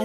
À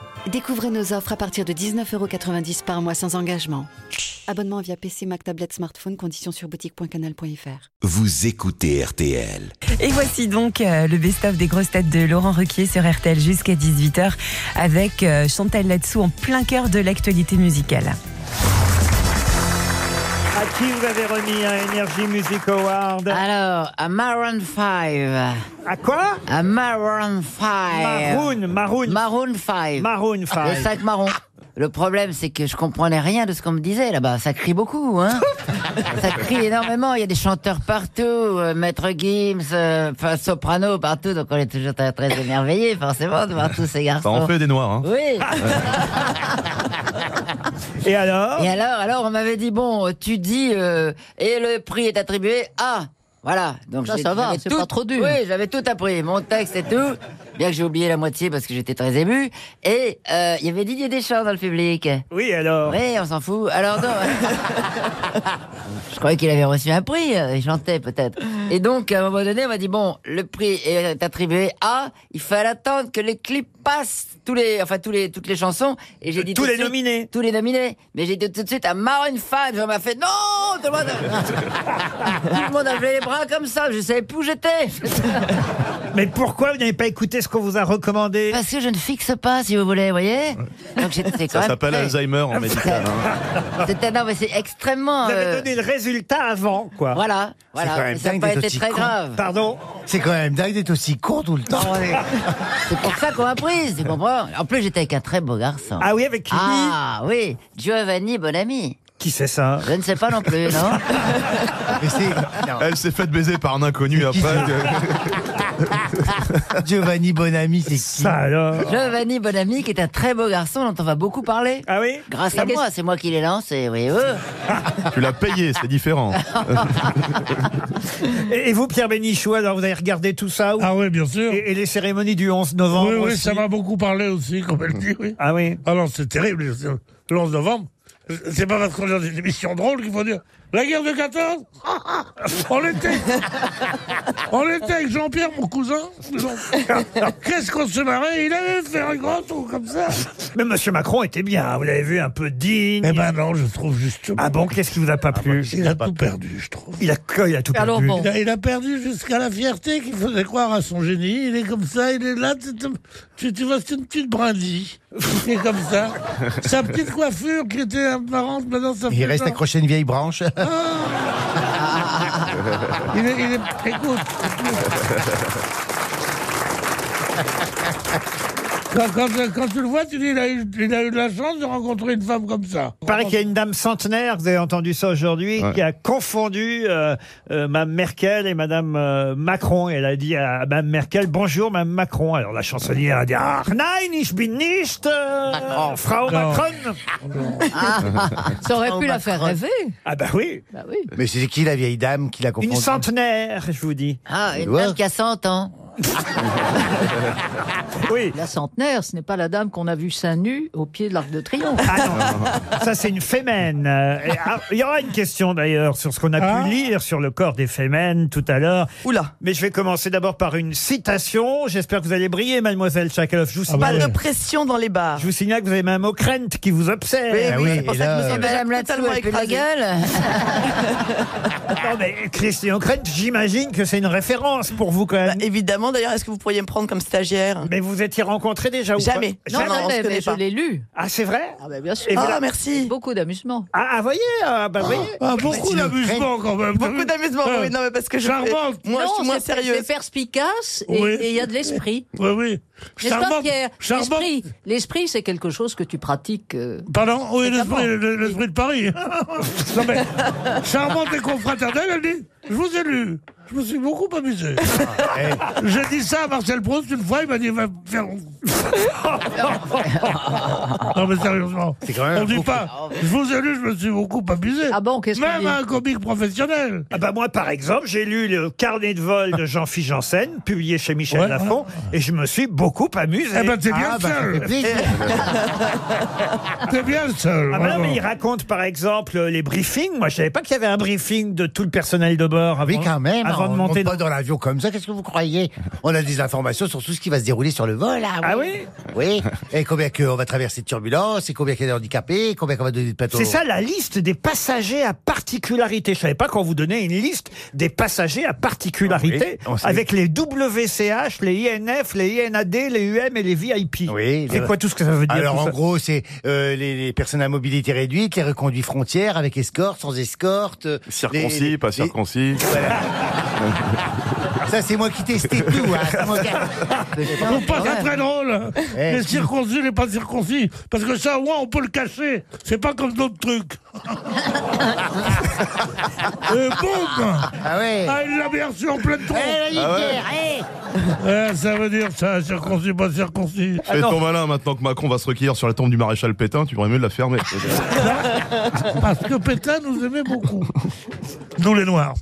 Découvrez nos offres à partir de 19,90€ par mois sans engagement. Abonnement via PC, Mac, tablette, smartphone, conditions sur boutique.canal.fr. Vous écoutez RTL. Et voici donc euh, le best-of des grosses têtes de Laurent Requier sur RTL jusqu'à 18h avec euh, Chantal Latsou en plein cœur de l'actualité musicale. À qui vous avez remis un Energy Music Award Alors, à Maroon 5. À quoi À Maroon 5. Maroon, Maroon, Maroon 5. Maroon Le 5. 5 marron. Le problème, c'est que je comprenais rien de ce qu'on me disait là-bas. Ça crie beaucoup, hein Ça crie énormément. Il y a des chanteurs partout, euh, Maître Gims, euh, enfin, Soprano partout. Donc on est toujours très, très émerveillés, forcément, de voir tous ces garçons. Enfin, on fait des noirs. Hein. Oui. Et alors Et alors, alors on m'avait dit bon, euh, tu dis euh, et le prix est attribué à voilà. Donc Ça, j'ai- ça va, j'avais c'est tout- pas trop dur. Oui, j'avais tout appris, mon texte et tout. Bien que j'ai oublié la moitié parce que j'étais très ému. Et euh, il y avait Didier Deschamps dans le public. Oui, alors Oui, on s'en fout. Alors non. Je croyais qu'il avait reçu un prix. euh, Il chantait peut-être. Et donc à un moment donné, on m'a dit bon, le prix est attribué à. Il fallait attendre que les clips passent tous les, enfin tous les toutes les chansons. Et j'ai dit Euh, Tous tout de les suite, nominés. tous les nominés. Mais j'étais tout de suite à Maroon 5. On m'a fait non Tout le monde, tout le monde avait les bras comme ça. Je savais plus où j'étais. Mais pourquoi vous n'avez pas écouté ce qu'on vous a recommandé Parce que je ne fixe pas, si vous voulez, vous voyez Donc j'étais quand Ça même s'appelle très- Alzheimer en médical. hein. C'était- Non, mais c'est extrêmement. Vous euh, avez donné le résultat avant, quoi. Voilà, quand voilà. même Mais Ça n'a dingue pas d'être été aussi très con. grave. Ah Pardon C'est quand même dingue d'être aussi con tout le temps. C'est pour ça qu'on m'a prise, tu comprends En plus, j'étais avec un très beau garçon. Ah oui, avec qui Ah oui, Giovanni Bonami. Qui c'est ça Je ne sais pas non plus, non Mais c'est- non. Elle s'est faite baiser par un inconnu après. Giovanni Bonami, c'est qui Ça alors Giovanni Bonami, qui est un très beau garçon dont on va beaucoup parler. Ah oui Grâce à moi, c'est moi qui l'ai lancé, oui. eux. tu l'as payé, c'est différent. Et, et vous, Pierre Bénichou, alors vous avez regardé tout ça ou- Ah oui, bien sûr. et, et les cérémonies du 11 novembre oui, oui, aussi ça m'a beaucoup parlé aussi, comme elle dit, oui. Ah oui Alors, c'est terrible, le le 11 novembre. C'est pas parce qu'on est dans une émission drôle qu'il faut dire la guerre de 14 On était, on était avec Jean-Pierre, mon cousin. Jean- Qu'est-ce qu'on se marrait Il avait fait un grand tour comme ça. Mais Monsieur Macron était bien, hein, vous l'avez vu, un peu digne. Eh ben non, je trouve justement. Ah bon, qu'est-ce qui vous a pas plu Il a tout perdu, je trouve. Il a, il a tout Alors perdu. bon. Il a, il a perdu jusqu'à la fierté qu'il faisait croire à son génie. Il est comme ça, il est là. tu te- Tu, tu vois, c'est une petite brindille. Il est comme ça. Sa petite coiffure qui était apparente, maintenant ça Il fait reste genre- accroché à une vieille branche. Ah. Il est, il est- écoute. Quand, quand, quand tu le vois, tu dis il a, eu, il a eu de la chance de rencontrer une femme comme ça. Il paraît qu'il y a une dame centenaire, vous avez entendu ça aujourd'hui, Ouais. qui a confondu euh, euh, Mme Merkel et Mme euh, Macron. Elle a dit à Mme Merkel Bonjour, Mme Macron. Alors la chansonnière a dit Ah, nein, ich bin nicht euh, Frau Macron. Ça aurait pu la faire rêver. Euh, Ah, bah oui, Bah oui. Mais c'est qui la vieille dame qui l'a une confondu centenaire, je vous dis. Ah, une Ouais. dame qui a 100 ans. Oui. La centenaire, ce n'est pas la dame qu'on a vue seins nus au pied de l'Arc de Triomphe. Ah non, ça c'est une fémène. Euh, et, ah, Il y aura une question d'ailleurs sur ce qu'on a Ah. pu lire sur le corps des fémènes tout à l'heure. Oula. Mais je vais commencer d'abord par une citation. J'espère que vous allez briller, mademoiselle Tchakaloff. Je vous, bah signale, Pas de pression dans les bars. je vous signale que vous avez même O'Krent qui vous observe. Eh Ah oui, c'est pour et ça que là, je me euh, suis Madame déjà Latsou, totalement elle fait de la écrasée. gueule. Non mais Christine O'Krent, j'imagine que c'est une référence pour vous quand Bah, même. évidemment, d'ailleurs, est-ce que vous pourriez me prendre comme stagiaire Mais vous étiez rencontrés déjà ou pas Jamais. Non, Jamais, on se jamais, connaît mais je pas. l'ai lu. Ah c'est vrai Ah ben bien sûr. Et Ah, voilà. merci. Beaucoup d'amusement. ah, ah, voyez, ah, bah voyez. Ah, beaucoup d'amusement quand même. Beaucoup d'amusement. Ah, oui, non, mais parce que je. Charmante. Moi, je suis moins c'est- sérieuse. C'est perspicace et Oui. et il y a de l'esprit. Oui, oui. N'est-ce pas, Charmante. Pierre charmante. L'esprit, l'esprit, c'est quelque chose que tu pratiques. euh, Pardon Oh, Oui, Évidemment. l'esprit le- l'esprit de Paris. non, mais, charmante et confraternelle, elle dit Je vous ai lu. Je me suis beaucoup amusé. Ah, J'ai dit ça à Marcel Proust une fois, il m'a dit va faire. non mais sérieusement, on dit pas. Je vous ai lu, je me suis beaucoup abusé. Ah bon, qu'est-ce Même à un comique professionnel. Ah bah moi, par exemple, j'ai lu le carnet de vol de Jean-Philippe Janssen, publié chez Michel Ouais. Lafon, et je me suis beaucoup amusé. Eh ben, t'es bien Ah, le bah, seul. ça fait plaisir. T'es bien le seul. Ah bah non, vraiment. mais il raconte par exemple euh, les briefings. Moi, je savais pas qu'il y avait un briefing de tout le personnel de bord avant, Oui, quand même. avant de on monte monter. pas dans l'avion comme ça. Qu'est-ce que vous croyez On a des informations sur tout ce qui va se dérouler sur le vol. Ah oui Oui. Et combien que on va traverser de turbulences, et combien qu'il y a d'handicapés, combien qu'on va donner de plateaux. C'est ça la liste des passagers à particularité. Je savais pas qu'on vous donnait une liste des passagers à particularité Ah Oui, on sait. avec les WCH, les INF, les INAD, les UM et les VIP. Oui. C'est quoi tout ce que ça veut dire Alors tout en ça gros, c'est euh, les, les personnes à mobilité réduite, les reconduits frontières avec escorte, sans escorte. euh, Circoncis, les- les- pas circoncis. Ça, c'est moi qui testais tout. Hein. C'est moi qui- Je trouve pas ça très drôle. Eh, les si. circoncis, les pas circoncis. Parce que ça, au moins, on peut le cacher. C'est pas comme d'autres trucs. Et boum Ah ouais Ah, il l'a bien reçu en pleine tronche Eh, la litière, eh Eh, Ça veut dire ça, circoncis, pas circoncis. Fais Ah ton malin maintenant que Macron va se recueillir sur la tombe du maréchal Pétain, tu pourrais mieux la fermer. eh. Parce que Pétain nous aimait beaucoup. Nous, les Noirs.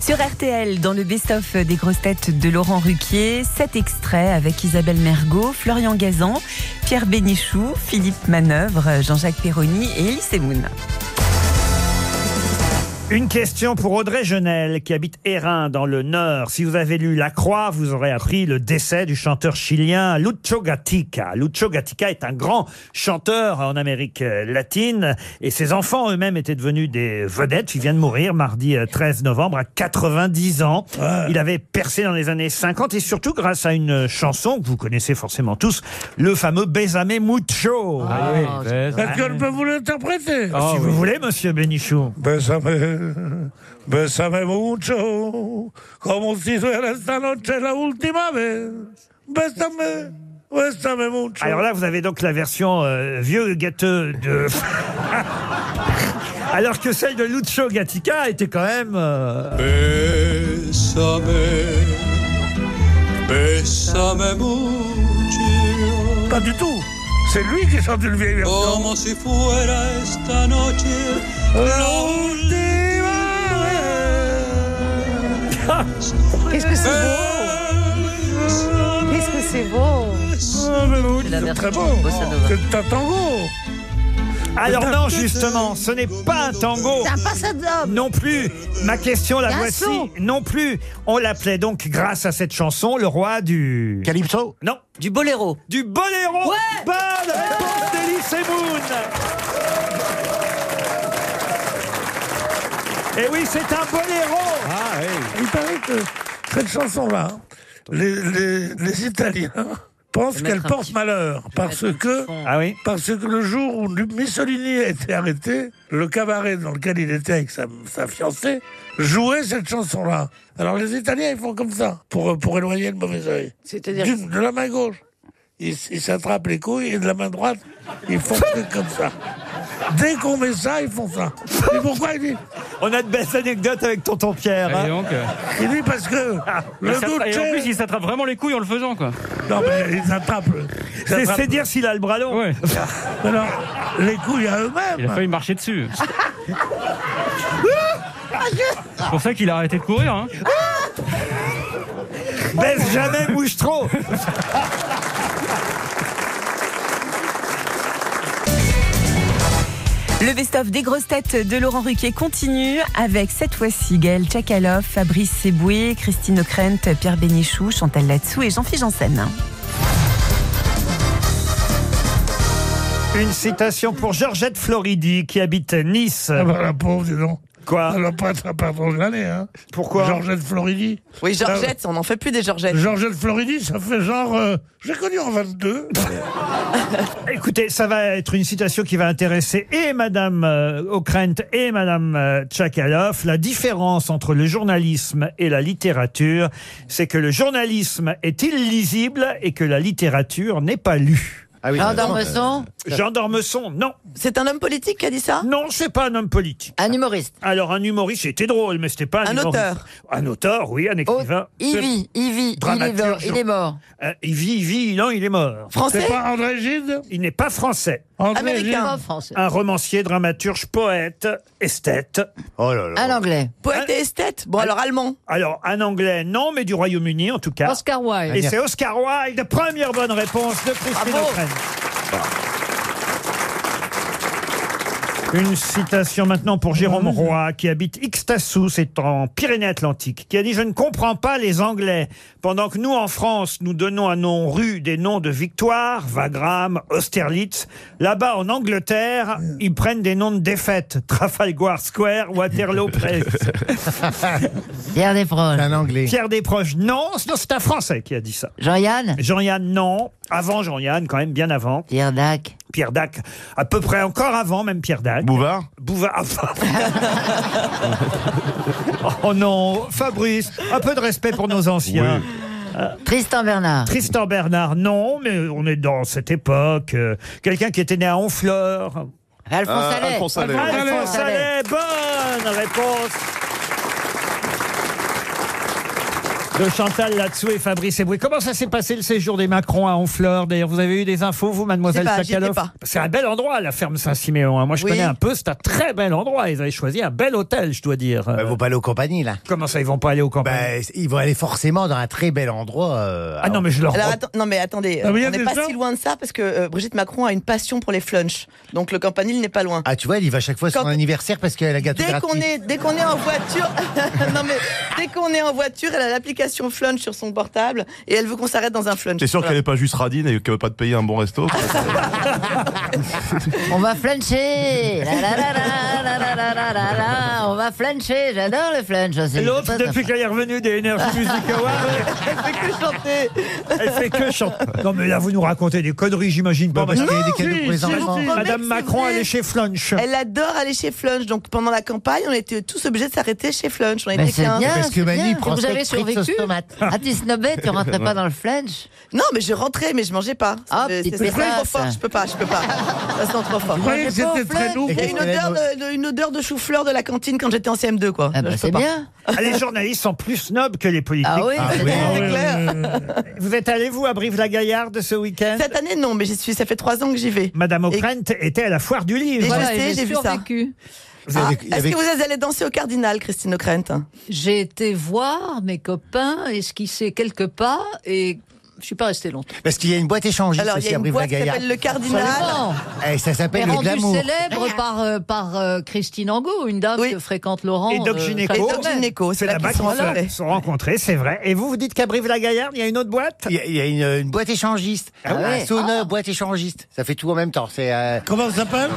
Sur RTL, dans le best-of des grosses têtes de Laurent Ruquier, sept extraits avec Isabelle Mergot, Florian Gazan, Pierre Bénichou, Philippe Manœuvre, Jean-Jacques Perroni et Elise Moon. Une question pour Audrey Genel, qui habite Hérin, dans le Nord. Si vous avez lu La Croix, vous aurez appris le décès du chanteur chilien Lucho Gatica. Lucho Gatica est un grand chanteur en Amérique euh, latine, et ses enfants eux-mêmes étaient devenus des vedettes. Il vient de mourir mardi euh, 13 novembre à 90 ans. Il avait percé dans les années 50, et surtout grâce à une chanson que vous connaissez forcément tous, le fameux Besame Mucho. Ah, Est-ce Ah que Ah je peux vous l'interpréter si vous voulez, monsieur Bénichou. Bésame, bésame mucho, como si fuera esta noche la última vez. Bésame, bésame mucho. Alors là, vous avez donc la version euh, vieux gâteux de. Alors que celle de Lucho Gatica était quand même. euh, Bésame, bésame mucho, Pas du tout. C'est lui qui chante une vieille version. como si fuera esta noche la última vez. Qu'est-ce que c'est beau Qu'est-ce que c'est beau C'est très beau. Oh, C'est un tango. Alors non, justement, ce n'est pas un tango. C'est un passadum Non plus. Ma question, la Un voici. son. Non plus. On l'appelait donc, grâce à cette chanson, le roi du. Calypso Non, Du boléro. du boléro. Bonne réponse d'Elise et Moon. Et Eh oui, c'est un boléro. Il paraît que cette chanson-là, les, les- les Italiens pensent qu'elle un porte malheur parce que Ah oui. Parce que le jour où Mussolini a été arrêté, le cabaret dans lequel il était avec sa, sa fiancée jouait cette chanson-là. Alors les Italiens, ils font comme ça, pour, pour éloigner le mauvais oeil. C'est-à-dire D'une- De la main gauche, ils ils s'attrapent les couilles, et de la main droite, ils font que comme ça. Dès qu'on met ça, ils font ça. Et pourquoi il dit On a de belles anecdotes avec tonton Pierre. hein. Ah, Il dit parce que le Duce... il s'attrape vraiment les couilles en le faisant, quoi. Non, mais ils attrapent... ils C'est attrapent- c'est dire s'il a le bras long. Alors, les couilles à Il a eux-mêmes. failli marcher dessus. C'est pour ça qu'il a arrêté de courir. Hein. Ah, Baisse jamais, bouge trop. Ah Le best-of des grosses têtes de Laurent Ruquier continue avec cette fois-ci Gaël Tchakalov, Fabrice Seboué, Christine O'Krent, Pierre Bénichou, Chantal Latsou et Jean-Philippe Janssen. Une citation pour Georgette Floridi qui habite Nice. Ah bah, la pauvre, dis donc. Quoi Elle va pas être à perdre de l'année, hein. Pourquoi Georgette Floridi. Oui, Georgette, on n'en fait plus des Georgettes. Georgette Floridi, ça fait genre. euh, J'ai connu en 22. Écoutez, ça va être une citation qui va intéresser et Madame euh, Ockrent et Madame euh, Tchakaloff. La différence entre le journalisme et la littérature, c'est que le journalisme est illisible et que la littérature n'est pas lue. Euh, Ah oui, Ah, ça, dans le son Jean Dormesson, non. C'est un homme politique qui a dit ça Non, c'est pas un homme politique. Un humoriste Alors, un humoriste, c'était drôle, mais c'était pas un Un humoriste. auteur Un auteur, Oh, oui, un écrivain. Il vit, il vit, il est mort. Dramaturge. Il est mort. Euh, il vit, il vit, non, il est mort. Français C'est pas André Gide Il n'est pas français. André Américain. Gide. Pas français. Un romancier, dramaturge, poète, esthète. Oh là Un anglais. Poète et esthète Bon, alors allemand Alors, un anglais, non, mais du Royaume-Uni en tout cas. Oscar Wilde. Et c'est Oscar Wilde, première bonne réponse de Christine Bravo. O'Krent. Une citation maintenant pour Jérôme Roy, qui habite Ixtassou, c'est en Pyrénées-Atlantiques, qui a dit « Je ne comprends pas les Anglais. Pendant que nous, en France, nous donnons à nos rues des noms de victoires, Wagram, Austerlitz, là-bas, en Angleterre, ils prennent des noms de défaites, Trafalgar Square, Waterloo Place. » Pierre Desproges. Un anglais. Pierre Desproges, non. Non, c'est un Français qui a dit ça. Jean-Yann Jean-Yann, non. Avant Jean-Yann, quand même, bien avant. Pierre Dac Pierre Dac, à peu près encore avant, même Pierre Dac. Bouvard Bouvard. ah, oh non, Fabrice, un peu de respect pour nos anciens. Euh, Tristan Bernard. Tristan Bernard, non, mais on est dans cette époque. euh, Quelqu'un qui était né à Honfleur. Alphonse Euh, Allais. Alphonse Allais. Alphonse Alphonse Allais, bonne réponse de Chantal là-dessous et Fabrice Eboué. Comment ça s'est passé le séjour des Macron à Honfleur D'ailleurs, vous avez eu des infos, vous, mademoiselle Je sais pas, j'y étais Sakaloff pas. C'est un bel endroit, la ferme Saint-Siméon. hein. Moi, je Oui. connais un peu, c'est un très bel endroit. Ils avaient choisi un bel hôtel, je dois dire. Ils vont pas aller aux compagnies, là. Comment ça, ils vont pas aller aux compagnies Bah, Ils vont aller forcément dans un très bel endroit. euh, Ah non, mais je leur Alors, atten- non mais attendez, Ah, euh, mais il y a on n'est des pas gens- si loin de ça parce que euh, Brigitte Macron a une passion pour les flunchs. Donc le campanile n'est pas loin. Ah, tu vois, elle y va chaque fois à son anniversaire parce qu'elle a gâteau Dès gratuit. qu'on est dès qu'on est en voiture, non mais dès qu'on est en voiture, elle a l'application flunch sur son portable et elle veut qu'on s'arrête dans un flunch. T'es sûr qu'elle est pas juste radine et qu'elle veut pas te payer un bon resto On va flancher. La, la, la, la, la, la, la, la, la, la. On va flancher. J'adore le flanch aussi. L'autre, depuis qu'elle est revenue des Energy Music Awards, Elle fait que chanter. elle fait que chanter. Non, mais là, vous nous racontez des conneries, j'imagine pas, parce Non, qu'il y a bah, des si, cadeaux Bah, si, pour les si, enfants. si. Madame Mec, Macron, c'est elle est chez Flunch. Elle adore aller chez Flunch. Donc pendant la campagne, on était tous obligés de s'arrêter chez Flunch. On Mais était c'est 15. bien, Parce que c'est Manu bien. prend Vous avez steak frites survécu sauce tomate. Ah, tu snobais, tu rentrais pas dans le Flunch Non, mais je rentrais, mais je mangeais pas. Ah, C'est- petite c'est c'est trop pétasse. fort, je peux pas, je peux pas. Ça sent trop fort. Vous croyez que c'était Mangez pas au très flunch. doux Il y a une odeur de, de- une odeur de chou-fleur de la cantine quand j'étais en CM2, quoi. bah, Je peux pas. Ah, les journalistes sont plus snobs que les politiques. Bah, Ah oui, c'est clair. C'est Vous êtes allé, vous, à Brive-la-Gaillarde ce week-end Cette année, non, mais j'y suis. Ça fait trois ans que j'y vais. Madame O'Krent était à la foire du Et livre. je sais, j'ai vu ça. Vous avez- Ah, il y Est-ce avait- que vous êtes allée danser au Cardinal, Christine O'Krent J'ai été voir mes copains esquisser quelques pas et je suis pas restée longtemps. Parce qu'il y a une boîte échangiste Alors, il y aussi a à une boîte qui Brive-la-Gaillarde. s'appelle Le Cardinal. Absolument. Eh, ça Mais s'appelle le rendue glamour. célèbre par, euh, par euh, Christine Angot, une dame que fréquente Laurent. Et Doc euh, Gynéco. chaque semaine. c'est là-bas qu'ils se sont rencontrés, c'est vrai. Et vous, vous dites qu'à Brive-la-Gaillarde, il y a une autre boîte Il y a, il y a une, une boîte échangiste. Ah ouais. Un sauna, boîte échangiste. Ça fait tout en même temps. C'est, Comment ça s'appelle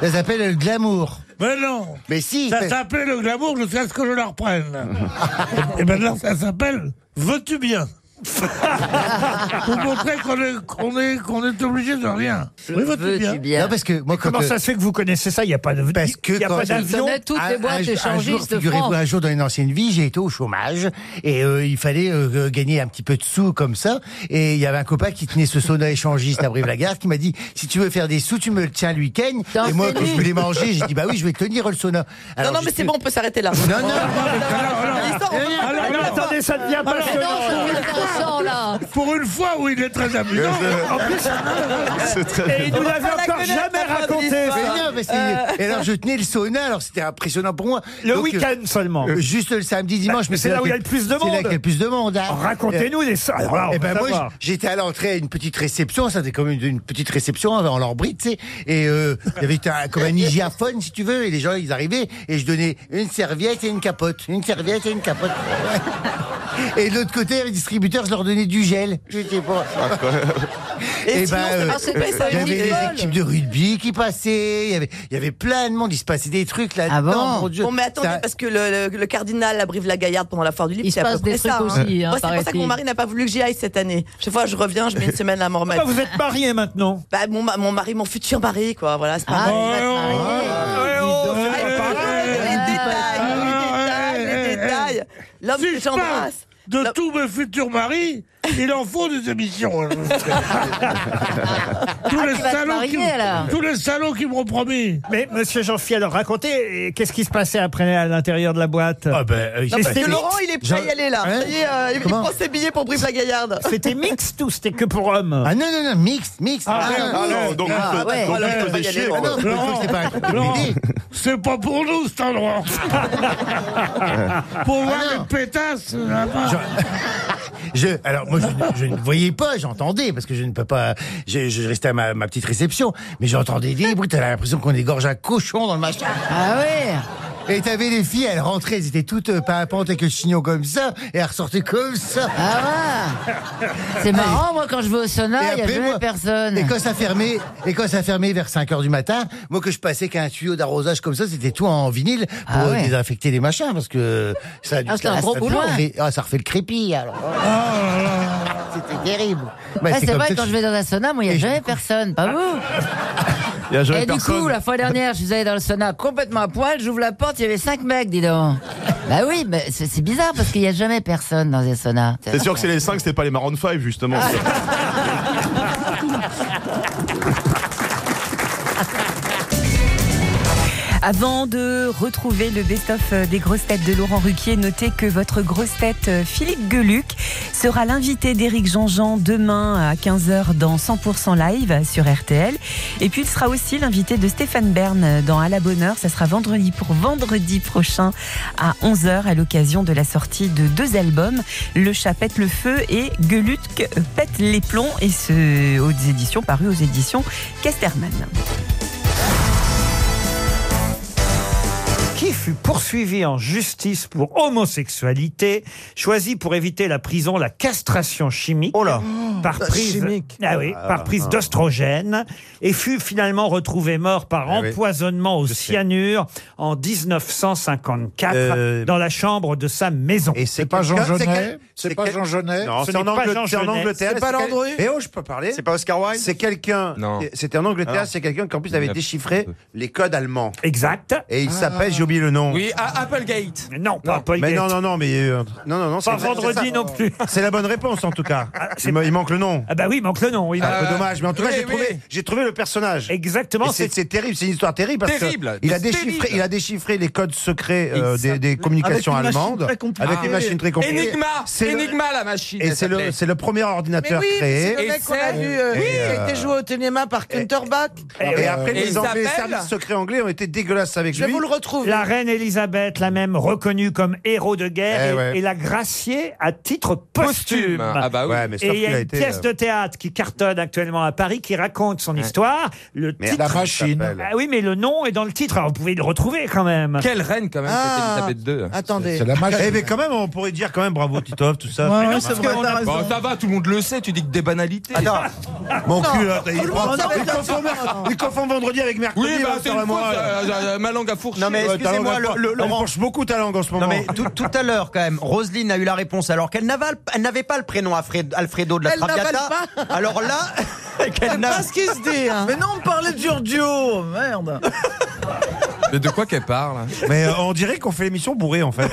Ça s'appelle le glamour. Mais non Mais si Ça parce- s'appelait le glamour jusqu'à ce que je la reprenne. Et maintenant, ça s'appelle Veux-tu bien Pour montrer qu'on est, qu'on est, qu'on est obligé de rien. Oui, veux-tu bien, Non, parce que moi, euh, Mais comment ça se fait que vous connaissez ça Il n'y a pas de parce que il y a quand- pas d'avion. Un- un jour- un jour, figurez-vous, un jour dans une ancienne vie, j'ai été au chômage et euh, il fallait euh, gagner un petit peu de sous comme ça. Et il y avait un copain qui tenait ce sauna échangiste à Brive-la-Gaillarde qui m'a dit si tu veux faire des sous, tu me le tiens le week-end. Et moi, fais-le. quand je voulais manger, j'ai dit bah oui, je vais tenir le sauna. Non, non, mais c'est bon, on peut s'arrêter là. Non, non, attendez, ça Ah, devient Alors, passionnant. Pour une fois où il est très amusant. En plus, et il nous l'avait encore jamais raconté. Euh. Mais non, mais c'est- Euh, Et alors, je tenais le sauna, alors c'était impressionnant pour moi. Le Donc, euh, week-end seulement. euh, Juste le samedi, dimanche. Mais c'est là où il y a le plus de C'est là monde. Oh, qu'il y a le plus de monde. hein. Racontez-nous les- alors là, on va Eh ben moi, savoir. j- j'étais à l'entrée à une petite réception. Ça faisait comme une, une petite réception hein, en leur bride, tu sais. Et euh, il y avait un- comme un hygiaphone, si tu veux. Et les gens, ils arrivaient. Et je donnais une serviette et une capote. Une serviette et une capote. Et de l'autre côté, les distributeurs, je leur donnais du gel. Je sais pas. Et Et, sinon, ben, ça euh, passait pas, ça, il y une avait des idole. équipes de rugby qui passaient, il y avait, il y avait plein de monde, il se passait des trucs là. dedans mon Dieu. Ah Bon, mais attendez, Ça- parce que le, le- le cardinal à Brive-la-Gaillarde pendant la foire du livre, Il c'est se à peu passe des près ça. trucs hein. aussi, hein, Moi, c'est pour ça que paraît-il. mon mari n'a pas voulu que j'y aille cette année. Chaque fois que je reviens, je mets une semaine à m'en remettre. Ah, vous êtes marié maintenant bah, mon, ma- mon mari, mon futur mari, quoi. Voilà, c'est Ah, pas mal. Ah, Ah, Eh, Les détails, les détails. L'homme que j'embrasse. De tous mes futurs maris, Il en faut des émissions. hein. tous, les tu vas te salauds qui, marier, alors. tous les salauds qui m'ont promis. Mais monsieur Jean-Phil, alors racontez, et qu'est-ce qui se passait après à l'intérieur de la boîte Ah ben, Non, parce que Laurent, il est prêt à y aller là. Hein Ça y est, euh, il prend ses billets pour Brive la Gaillarde. C'était mixte ou c'était que pour hommes Ah non, non, non, mixte, mixte. Ah, merde, ah non, donc Ah, il faut- ouais. donc il faut Ah, déchirer, non, quoi. je pense que c'est pas un truc de Laurent, BD. c'est pas pour nous cet endroit. pour Ah, voir les pétasses. là-bas. Je, alors moi, je, je ne voyais pas, j'entendais, parce que je ne peux pas. Je, je restais à ma, ma petite réception, mais j'entendais des bruits. T'avais l'impression qu'on égorge un cochon dans le machin. Ah ouais. Et t'avais les filles, elles rentraient, elles étaient toutes euh, parapentes avec le chignon comme ça, et elles ressortaient comme ça. Ah ouais C'est marrant, moi, quand je vais au sauna, il n'y a après, jamais moi, personne. Et quand ça fermait, et quand ça fermait vers 5 heures du matin, moi que je passais qu'un tuyau d'arrosage comme ça, c'était tout en vinyle pour Ah ouais. euh, désinfecter les machins parce que ça a dû- Ah, c'était un ça- gros ça- boulot. Ah, ça refait le crépi alors. C'était terrible. Ah, Oh Bah, c'est c'est comme vrai, ça quand que- je vais dans un sauna, moi, il n'y a jamais personne. Pas vous Il y a jamais Et du coup, personne. la fois dernière, je suis allé dans le sauna complètement à poil, j'ouvre la porte, il y avait cinq mecs, dis donc. Bah oui, mais c'est c'est bizarre parce qu'il n'y a jamais personne dans les saunas. T'es sûr que c'est les 5, c'était pas les Maroon 5, justement. Avant de retrouver le best-of euh, des grosses têtes de Laurent Ruquier, notez que votre grosse tête euh, Philippe Geluc sera l'invité d'Éric Jean-Jean demain à 15h dans 100% live sur RTL. Et puis il sera aussi l'invité de Stéphane Bern euh, dans À la bonne heure. Ça sera vendredi pour vendredi prochain à 11h à l'occasion de la sortie de deux albums, Le chat pète le feu et Geluc pète les plombs et ce, aux éditions, paru aux éditions Casterman. qui fut poursuivi en justice pour homosexualité, choisi pour éviter la prison la castration chimique par Ah, prise, chimique. Ah oui, Ah, par prise ah. d'oestrogène et fut finalement retrouvé mort par Ah oui. empoisonnement au cyanure en 1954 Euh, dans la chambre de sa maison. Et C'est pas Jean Genet C'est pas Jean Genet Non, Ce c'est n'est en, pas Angleterre. Jean c'est en Genet. Angleterre. C'est pas quel- Landru Eh Eh oh, oh, je peux parler C'est pas Oscar Wilde C'est quelqu'un. Non. C'était en Angleterre, Alors. c'est quelqu'un qui en plus avait Il a- déchiffré les codes allemands. Exact. Et il Ah. s'appelle, j'ai oublié le nom. Oui, à Applegate. Non, pas Applegate. Mais non, non, non, mais. euh, non, non, non. Pas c'est- c'est vendredi ça. non plus. C'est la bonne réponse en tout cas. Il, me- il manque le nom. Ah bah oui, il manque le nom. oui. Ah, Euh, peu dommage, mais en tout cas, oui, j'ai trouvé, oui. j'ai trouvé le personnage. Exactement. Et C'est c'est- c'est terrible, c'est une histoire terrible parce Terrible, que il a c'est déchiffré, terrible. il a déchiffré les codes secrets euh, des, des Avec communications une machine allemandes très compliquée. avec une machine très compliquée. Enigma, C'est le- Enigma, la machine, Et elle c'est le, s'appelait. c'est le premier ordinateur Mais oui, créé. c'est le mec qu'on a vu. Et, oui, il a euh, été joué au téléma par Kunterbach. Et après, les, Anglais, les s'appellent- services secrets anglais ont été dégueulasses avec Je lui. vous le retrouve. La reine Elisabeth, la même reconnue comme héros de guerre, Eh et, ouais. et la graciée à titre posthume. Ah bah oui. Ouais, mais sauf et il y qu'il a a une été, pièce euh, de théâtre qui cartonne actuellement à Paris qui raconte son histoire. Le Mais titre- la machine. Ah oui, mais le nom est dans le titre. Alors vous pouvez le retrouver quand même. Quelle reine, quand même, Ah, c'était Elisabeth hein. II. attendez. Eh, mais quand même, on pourrait dire quand même bravo Titov, tout ça. Ouais, Mais ouais, non, c'est parce vrai, qu'on t'as a- raison. Bah, ça va, tout le monde le sait, tu dis que des banalités. Attends, mon cul, là, il, tout le monde prend- savait il ça. confond, mer- il confond vendredi avec mercredi. Oui, bah, là, c'est sur une la faute, morale. euh, euh, ma langue à fourche. hein, Non, mais Ouais, ta excusez-moi, langue à le- fourche. le- Laurent- beaucoup ta langue en ce moment. Non, mais tout, tout à l'heure, quand même, Roselyne a eu la réponse alors qu'elle n'avait elle n'avait pas le prénom Alfred- Alfredo de la Elle n'avale Traviata. pas. Alors là, C'est pas ce qu'il se dit. hein. Mais non, on parlait de Giorgio. Merde. Mais de quoi qu'elle parle Mais euh, on dirait qu'on fait l'émission bourré en fait.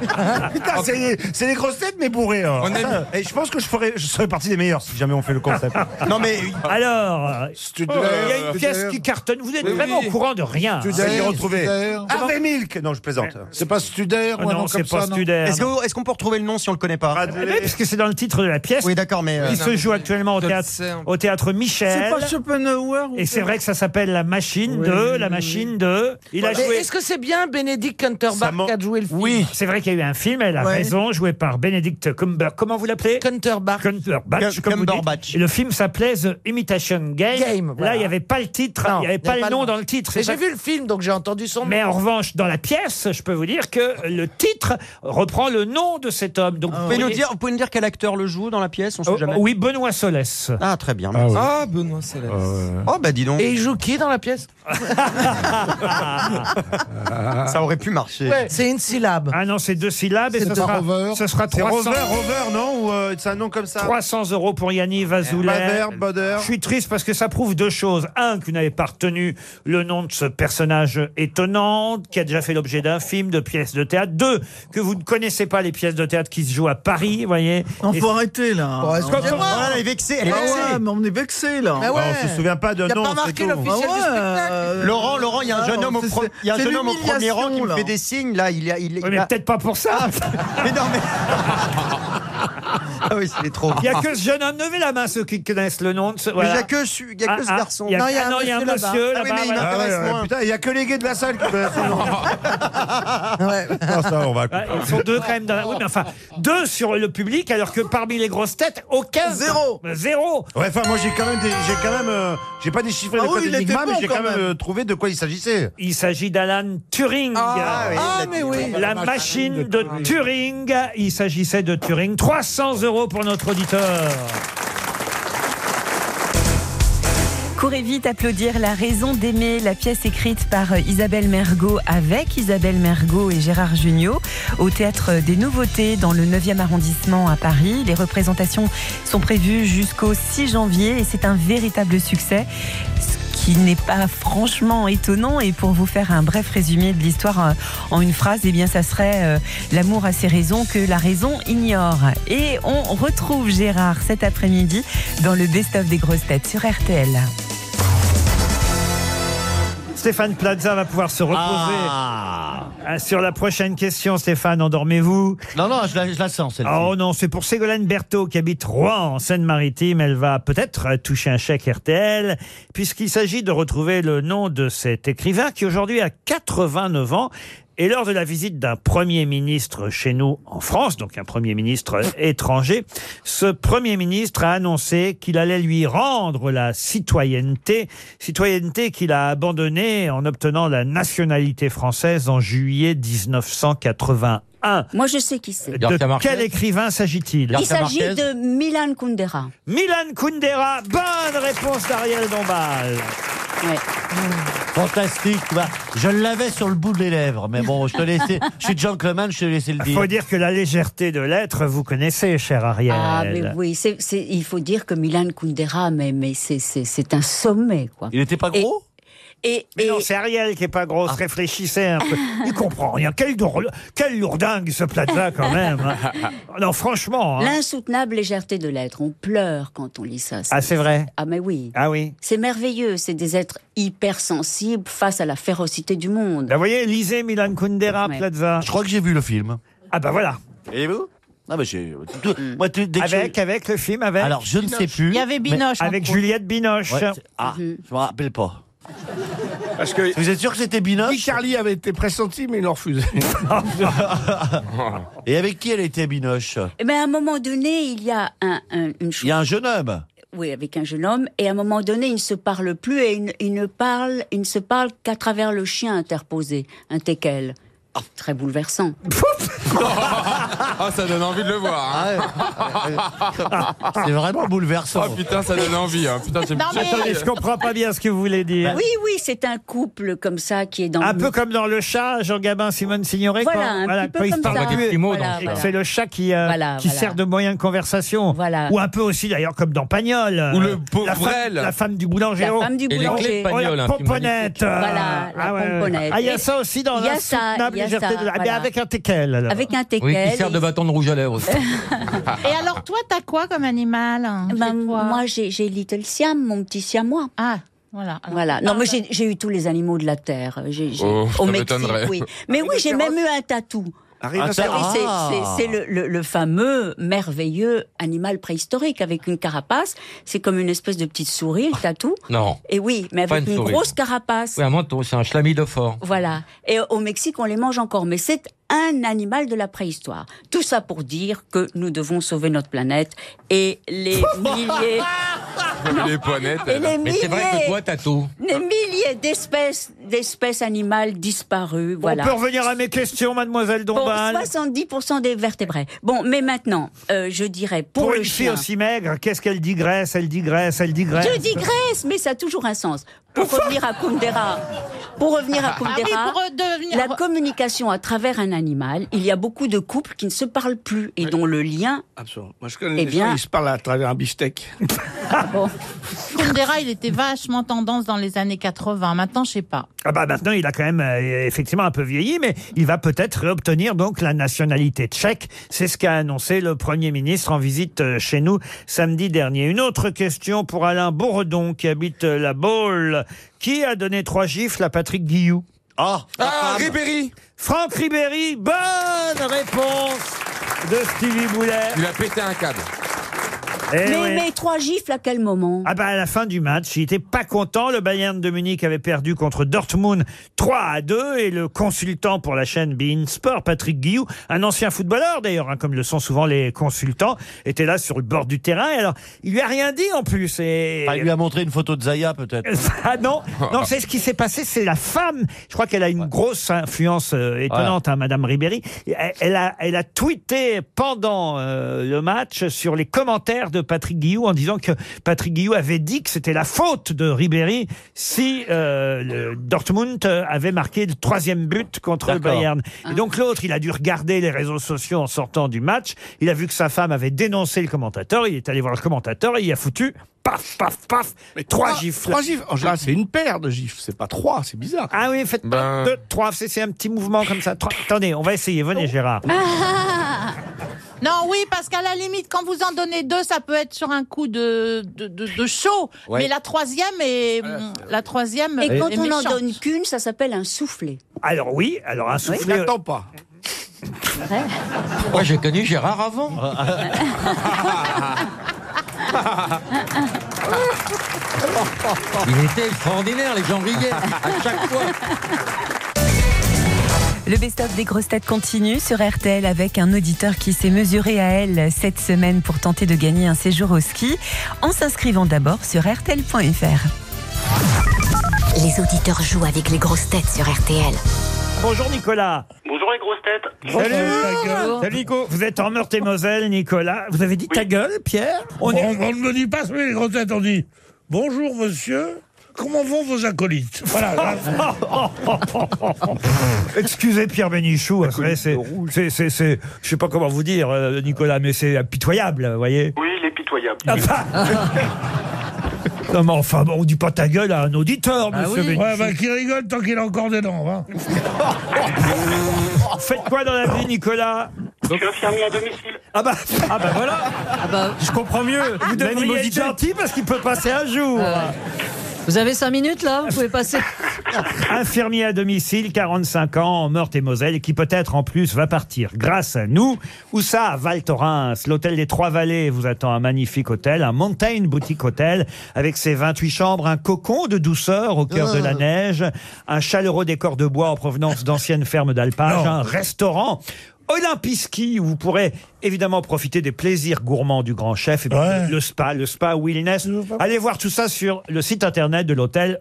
Putain, c'est c'est les grosses têtes mais bourré. On aime- Et je pense que je ferais, je serais partie des meilleurs si jamais on fait le concept. Non mais Alors, il Studer, y a une Studer. pièce qui cartonne. Vous n'êtes Oui, vraiment oui. au courant de rien. Studer, hein. retrouvé. Harvey Milk. Non, je plaisante. C'est pas Studer ou un Ah non, nom comme c'est pas ça, non Studer, Est-ce non. que- est-ce qu'on peut retrouver le nom si on le connaît pas Eh bien, Parce que c'est dans le titre de la pièce. Oui, d'accord, mais, euh, Il se non, joue actuellement au je le théâtre, sais, hein. au théâtre Michel. C'est pas Schopenhauer. ou Et c'est vrai que ça s'appelle La Machine Oui, 2, oui, La oui, Machine 2. Il a Mais joué. Est-ce que c'est bien Bénédicte Kunterbach qui a joué le film Oui, c'est vrai qu'il y a eu un film, elle a Ouais. raison, joué par Benedict Cumber. Comment vous l'appelez Cumberbatch. Cumberbatch. comme vous dites. Cumberbatch. Et le film s'appelait The Imitation Game. Game, Là, voilà. il n'y avait pas le titre, hein. il n'y avait pas le nom dans le titre. Mais c'est j'ai ça- vu le film, donc j'ai entendu son nom. Mais en revanche, dans la pièce, je peux vous dire que le titre reprend le nom de cet homme. Ah Donc, Vous pouvez, nous voyez- dire, vous pouvez nous dire quel acteur le joue dans la pièce On sait Oh, jamais. oui, Benoît Solès. Ah, très bien. merci. Ah, Benoît Céleste. Euh, Oh, bah dis donc. Et il joue qui dans la pièce Ça aurait pu marcher. Ouais. C'est une syllabe. Ah non, c'est deux syllabes et C'est ce pas sera, Rover. ce sera C'est 300. Rover, Rover, non Ou euh, c'est un nom comme ça 300 euros pour Eh, Yannick Vazoulet. Bader, Bader. Je suis triste parce que ça prouve deux choses. Un, que vous n'avez pas retenu le nom de ce personnage étonnant, qui a déjà fait l'objet d'un film, de pièces de théâtre. Deux, que vous ne connaissez pas les pièces de théâtre qui se jouent à Paris, vous voyez. Non, Et- faut arrêter là. Oh, est-ce qu'on- Excusez-moi. Ah, elle est vexée, elle est Ah vexée. ouais, mais on est vexé là. Ah ouais. Ah, on se souvient pas de Il a nom, c'est tout. Ah ouais, euh, Laurent, Laurent, il y a un jeune homme au, pro- il y a un jeune homme au premier rang qui me fait des signes là. Il, y a- il, mais peut-être pas pour ça. mais non, mais. ah oui, c'est trop. Il n'y a que ce jeune homme. Levez la main ceux qui connaissent le nom de ce. voilà. il y a que ce- il y a que ce garçon. il y a- Non, il y a ah un non, il y a un monsieur là-bas. monsieur Ah oui, là-bas, mais il voilà. m'intéresse Ah ouais, moins. Putain, il y a que les gays de la salle qui connaissent le nom. Ah, ça, on va- Ils sont deux quand même. Dans la... Oui, mais enfin, deux sur le public, alors que parmi les grosses têtes, aucun. Zéro. Zéro. Ouais, enfin, moi j'ai quand même, des- j'ai quand même, euh, j'ai pas déchiffré Ah le oui, code il était Enigma, bon, mais j'ai quand quand même, même. euh, trouvé de quoi il s'agissait. Il s'agit d'Alan Turing. Ah, oui, Ah, mais oui. La machine de Turing. Il s'agissait de Turing. 300 euros pour notre auditeur. Courez vite applaudir La raison d'aimer, la pièce écrite par euh, Isabelle Mergot avec Isabelle Mergot et Gérard Jugnot au théâtre des Nouveautés dans le 9e arrondissement à Paris. Les représentations sont prévues jusqu'au 6 janvier et c'est un véritable succès. Ce qui n'est pas franchement étonnant et pour vous faire un bref résumé de l'histoire euh, en une phrase, eh bien ça serait euh, l'amour a ses raisons que la raison ignore. Et on retrouve Gérard cet après-midi dans le best-of des grosses têtes sur RTL. Stéphane Plaza va pouvoir se reposer Ah, sur la prochaine question. Stéphane, endormez-vous. Non, non, je la, je la sens, celle-ci. Oh non, c'est pour Ségolène Berthaud qui habite Rouen, en Seine-Maritime. Elle va peut-être euh, toucher un chèque RTL, puisqu'il s'agit de retrouver le nom de cet écrivain qui aujourd'hui a 89 ans. Et lors de la visite d'un Premier ministre chez nous en France, donc un Premier ministre étranger, ce Premier ministre a annoncé qu'il allait lui rendre la citoyenneté, citoyenneté qu'il a abandonnée en obtenant la nationalité française en juillet 1981. Moi, je sais qui c'est. De quel écrivain s'agit-il Il s'agit de Milan Kundera. Milan Kundera. Bonne réponse d'Ariel Dombal. Fantastique, tu vois. Je l'avais sur le bout des lèvres, mais bon, je te laissais. Je suis gentleman, je te laissais le Il dire. faut dire que la légèreté de l'être, vous connaissez, cher Ariel. Ah, mais oui, c'est- c'est- il faut dire que Milan Kundera, mais, mais c'est- c'est c'est un sommet, quoi. Il n'était pas Ah. gros et, Mais non, c'est Ariel qui est pas grosse. Réfléchissez un peu. Il comprend rien. Quel, lourd, quel lourdingue ce plat-là, quand même. non, franchement. hein. L'insoutenable légèreté de l'être. On pleure quand on lit ça. Ah, c'est vrai Ah, mais oui. Ah oui C'est merveilleux. C'est des êtres hypersensibles face à la férocité du monde. Vous voyez, lisez Milan Kundera, Plaza. Je crois que j'ai vu le film. Ah bah voilà. Et vous Ah bah j'ai. tout- Mm. moi, tout- dès que Avec, je- avec le film, avec. Alors je ne sais plus. mais- Avec Juliette Binoche. Ouais, c'est- ah, Mhm. je me rappelle pas. Parce que Vous êtes sûr que c'était Binoche Ah. Charlie avait été pressenti, mais il l'a refusé. Et avec qui elle était Binoche Euh. Mais à un moment donné, il y a un- un- une chose. Il y a un jeune homme. Oui, avec un jeune homme. Et à un moment donné, ils ne se parlent plus et ils, ne- ils ne parlent, ils ne se parlent qu'à travers le chien interposé, un teckel. Oh, Très bouleversant. Ah, ça donne envie de le voir. Ah hein. C'est vraiment bouleversant. Oh putain, ça donne envie. hein. Putain, c'est- Non, mais- Bah Attendez, je comprends pas bien ce que vous voulez dire. Oui, oui, c'est un couple comme ça qui est dans Eh ben. Un le- peu comme dans Le Chat, Jean Gabin, Simone Signoret. Voilà, quand- un petit peu quand ils comme parlent ça. plus, Des petits mots dans et le que Voilà, C'est le chat qui, euh, Voilà, qui voilà. sert de moyen de conversation. Ah. Ou un peu aussi, d'ailleurs, comme dans Pagnol. euh, Ou le pauvre la femme, Brel. la femme du boulanger. La Oh, femme du oh, boulanger. oh, Pagnol, hein, la un film pomponnette. magnifique. euh, Voilà, la ah ouais, ouais. pomponnette. Ah, il y a Et- ça aussi dans il y a l'insoutenable ça, il y a légèreté ça, de la- Mais voilà. avec un teckel, alors. Avec un teckel. Ah, Oui, qui sert de bâton de rouge à lèvres aussi. Et alors, toi, t'as quoi comme animal hein, chez Ben, toi moi, j'ai j'ai Little Siam, mon petit siamois. Ah, voilà. Alors, Voilà. Non, parle. mais j'ai j'ai eu tous les animaux de la terre. J'ai- j'ai- Oh, ça au Mexique, m'étonnerait. oui. Mais oui, j'ai même eu un tatou. Arrive à Oui, c'est faire- Ah. c'est- c'est le, le- le fameux merveilleux animal préhistorique avec une carapace. C'est comme une espèce de petite souris, le tatou. Non. Et oui, mais Pas avec une une, souris. grosse carapace. Oui, un manteau, c'est un chlamydophore. Voilà. Et au Mexique, on les mange encore, mais c'est un animal de la préhistoire. Tout ça pour dire que nous devons sauver notre planète et les milliers, Les poignettes. Et les Mais c'est vrai que milliers. toi, t'as tout. les milliers d'espèces, d'espèces animales disparues. voilà. On peut revenir à mes questions, mademoiselle Pour Dombal. 70% des vertébrés. Bon, mais maintenant, euh, je dirais pour, Pour le une fille chien. aussi maigre, qu'est-ce qu'elle digresse Elle digresse, elle digresse. Je digresse, mais ça a toujours un sens. Pour revenir à Kundera, Pour revenir à bah. Ah oui, Kundera, pour redevenir- la communication à travers un animal, il y a beaucoup de couples qui ne se parlent plus et dont le lien. Absolument. Moi, je connais Eh des bien- gens, ils se parlent à travers un beefsteak. Kundera, il était vachement tendance dans les années 80. Maintenant, je sais pas. Ah bah maintenant, il a quand même euh, effectivement un peu vieilli, mais il va peut-être obtenir donc la nationalité tchèque. C'est ce qu'a annoncé le Premier ministre en visite euh, chez nous samedi dernier. Une autre question pour Alain Bourdon qui habite euh, la Baule. Qui a donné trois gifles à Patrick Guillou Eh Ah, Ribéry Franck Ribéry, bonne réponse de Stevie Boulet. Il a pété un câble. mais, mais trois gifles à quel moment Eh Ah bah à la fin du match, il était pas content. Le Bayern de Munich avait perdu contre Dortmund 3 à 2 et le consultant pour la chaîne Bein Sport, Patrick Guillou, un ancien footballeur d'ailleurs, hein, comme le sont souvent les consultants, était là sur le bord du terrain. Et alors, il lui a rien dit en plus. Et... Ah, il lui a montré une photo de Zaya peut-être. Ah non, non, c'est ce qui s'est passé, c'est la femme. Je crois qu'elle a une grosse influence euh, étonnante, hein, Madame Ribéry. Elle, elle a, elle a tweeté pendant euh, le match sur les commentaires de Patrick Guillou en disant que Patrick Guillou avait dit que c'était la faute de Ribéry si euh, le Dortmund euh, avait marqué le troisième but contre le D'accord. Bayern. Ah. Et donc l'autre, il a dû regarder les réseaux sociaux en sortant du match. Il a vu que sa femme avait dénoncé le commentateur. Il est allé voir le commentateur et il a foutu. Paf, paf, paf. trois gifles. Trois gifles. En général, c'est une paire de gifles. C'est pas trois. C'est bizarre. Ah oui, faites ben... Deux, trois, c'est c'est un petit mouvement comme ça. Trois. Attendez, on va essayer. Venez, Gérard. Ah non, oui, parce qu'à la limite, quand vous en donnez deux, ça peut être sur un coup de, de, de- de chaud. Ouais. Mais la troisième est. la troisième Et est quand on en méchante. donne qu'une, ça s'appelle un soufflet. Alors oui, alors un soufflet. N'attends pas. Moi, j'ai connu Gérard avant. Il était extraordinaire, les gens riaient à chaque fois. Le best-of des grosses têtes continue sur RTL avec un auditeur qui s'est mesuré à elle cette semaine pour tenter de gagner un séjour au ski en s'inscrivant d'abord sur RTL.fr. Les auditeurs jouent avec les grosses têtes sur RTL. Bonjour Nicolas. Bonjour les grosses têtes. Salut, Salut Nico. Vous êtes en Meurthe-et-Moselle, Nicolas. Vous avez dit ta gueule, Pierre On, Oh, on ne me dit pas, mais les grosses têtes, on dit Bonjour monsieur, comment vont vos acolytes Voilà. Oh, Excusez Pierre Bénichou, après, c'est, c'est, c'est, c'est- je sais pas comment vous dire, euh, Nicolas, mais c'est impitoyable, vous voyez. Oui, il est pitoyable. Ah bah. Non, mais enfin, bon, on dit pas ta gueule à un auditeur, monsieur Bénichou. Ouais, bah, qui rigole tant qu'il a encore des dents. hein. Faites quoi dans la vie, Nicolas Je suis infirmier à domicile. Ah bah, ah bah voilà Je comprends mieux Vous devriez être L'animosité. gentil parce qu'il peut passer un jour Euh, Vous avez cinq minutes là Vous pouvez passer. Infirmier à domicile, 45 ans, en Meurthe-et-Moselle, et qui peut-être en plus va partir grâce à nous. Où ça à Val Thorens, l'hôtel des Trois-Vallées vous attend un magnifique hôtel, un Mountain Boutique Hôtel, avec ses 28 chambres, un cocon de douceur au cœur de la neige, un chaleureux décor de bois en provenance d'anciennes fermes d'alpage, un restaurant. Olympiski, où vous pourrez évidemment profiter des plaisirs gourmands du grand chef, et puis le spa, le spa Willness. Allez voir tout ça sur le site internet de l'hôtel,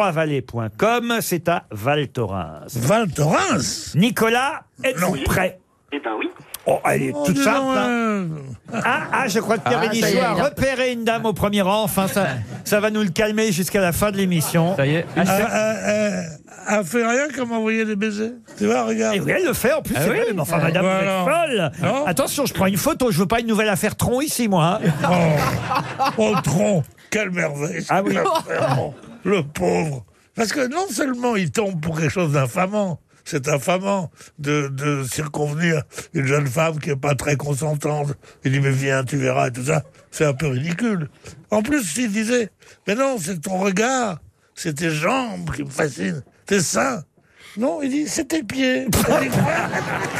hôtel3vallées.com. C'est à Val Thorens. Val Thorens Nicolas, êtes-vous prêt Eh ben oui. Oh, elle est toute dis donc, simple. hein. Ah, ah, je crois que Pierre Ah, ça y Bénichou est, a il a- repéré une dame au premier rang. Enfin, ça, ça va nous le calmer jusqu'à la fin de l'émission. Ça y est. Elle euh, a fait rien comme envoyer des baisers. Tu vois, regarde. Et oui, elle le fait en plus. Ah c'est oui. vrai, mais enfin, madame, Bah vous êtes alors. folle. Non. Attention, je prends une photo. Je veux pas une nouvelle affaire Tron ici, moi. hein. Oh, tronc, quelle merveille. Ah oui. Le pauvre. Parce que non seulement il tombe pour quelque chose d'infamant, c'est infamant de, de circonvenir une jeune femme qui n'est pas très consentante. Il dit, mais viens, tu verras, et tout ça. C'est un peu ridicule. En plus, s'il disait, mais non, c'est ton regard, c'est tes jambes qui me fascinent, tes seins. Non, il dit, c'est tes pieds.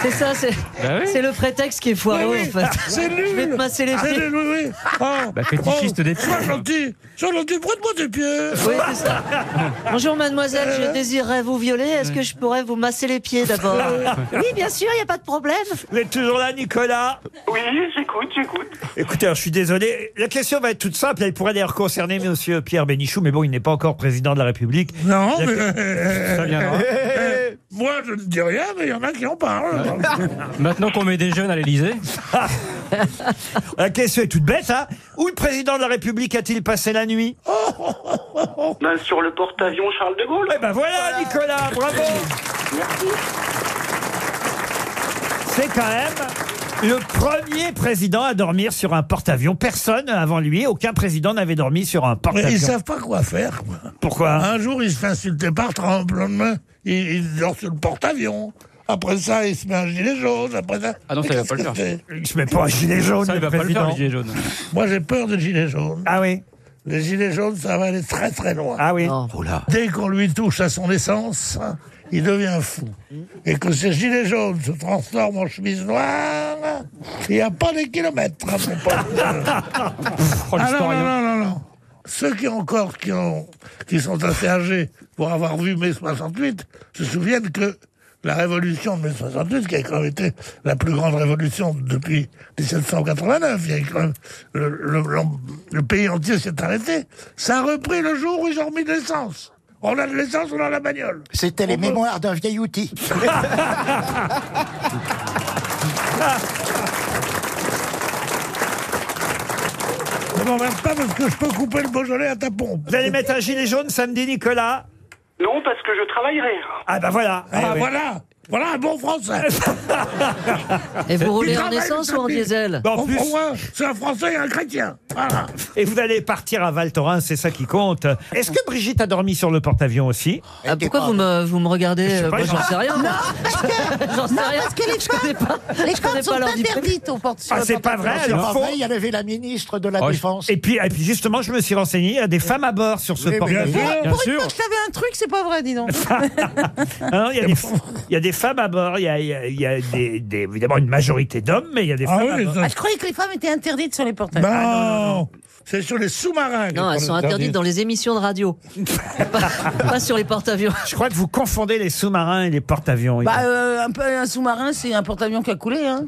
C'est ça, c'est Bah oui. c'est le prétexte qui est foireux Oui, oui. en fait. C'est nul. Je vais te masser les C'est pieds. nul, oui, oui. Oh, Bah, fétichiste des pieds, Sois hein. gentil. Sois gentil. Prête-moi tes pieds. Oui, c'est ça. Bonjour mademoiselle, Euh. je désirerais vous violer. Est-ce que je pourrais vous masser les pieds d'abord Oui, bien sûr, il n'y a pas de problème. Vous êtes Euh. toujours là, Nicolas Oui, j'écoute, j'écoute. Écoutez, alors, je suis désolé. La question va être toute simple. Elle pourrait d'ailleurs concerner Monsieur Pierre Bénichou, mais bon, il n'est pas encore président de la République. Non, La- mais. Ça viendra. Euh, Moi, je ne dis rien, mais il y en a qui en parlent. Maintenant qu'on met des jeunes à l'Elysée. La question est toute bête, hein Où le président de la République a-t-il passé la nuit Oh, Ben, sur le porte-avions Charles de Gaulle. Eh ben voilà, Nicolas, bravo Merci. C'est quand même le premier président à dormir sur un porte-avions. Personne avant lui, aucun président n'avait dormi sur un porte-avions. Mais ils savent pas quoi faire. quoi. Pourquoi Un jour, il se fait insulter par Trump. Le lendemain, il, il dort sur le porte-avions. Après ça, il se met un gilet jaune. Après ça. Ah non, ça, il va Mais pas le qu'est-ce faire. que c'est Je mets pas un gilet jaune, Ça, il le va pas le faire, président. le gilet jaune. Moi, j'ai peur des gilets jaunes. Ah oui Les gilets jaunes, ça va aller très très loin. Ah oui Dès qu'on lui touche à son essence, il devient fou. Et que ces gilets jaunes se transforment en chemise noire, il n'y a pas des kilomètres, hein, mon pauvre. Oh, Ah non, l'historien. non, non, non, non. Ceux qui ont encore, qui, ont, qui sont assez âgés pour avoir vu mai 68, se souviennent que la révolution de mai 68, qui a quand même été la plus grande révolution depuis 1789, il y a quand même- le, le- le- le pays entier s'est arrêté, ça a repris le jour où ils ont remis de l'essence. On a de l'essence, on a la bagnole. C'était les On peut- mémoires d'un vieil outil. Ah, Ne m'emmerde pas parce que je peux couper le Beaujolais à ta pompe. Vous allez mettre un gilet jaune samedi, Nicolas Non, parce que je travaillerai. Ah bah voilà Ah, Eh oui. voilà Voilà un bon français Et vous roulez Il en travaille, essence le ou en papy. diesel Bah, en Au- plus- au moins, c'est un français et un chrétien. Voilà. Et vous allez partir à Val Thorens, c'est ça qui compte. Est-ce que Brigitte a dormi sur le porte-avions aussi Ah, Pourquoi vous me, vous me regardez euh, pas, moi, je- J'en sais rien. moi. J'en sais rien. parce que les je connais pas. Les je connais femmes pas sont leur vie privée. interdites au porte Ah, c'est pas vrai, Non, alors faux. il y avait la ministre de la Oh, je- Défense. Et puis, et puis justement, je me suis renseigné, il y a des femmes à bord sur ce Oui, oui, porte-avions. bien sûr. Bien Pour Pour une sûr. fois que je savais un truc, c'est pas vrai, dis donc. Ah non, il, y a des, il y a des femmes à bord, il y a, il y a- il y a des, des- évidemment une majorité d'hommes, mais il y a des Ah femmes à oui, bord. ça- Ah, je croyais que les femmes étaient interdites sur les Ah, portails. Bah bah, non, c'est sur les sous-marins. Non, elles sont interdites dans les émissions de radio. pas, pas sur les porte-avions. Je crois que vous confondez les sous-marins et les porte-avions. Bah, euh, un, peu, un sous-marin, c'est un porte-avions qui a coulé. Hein.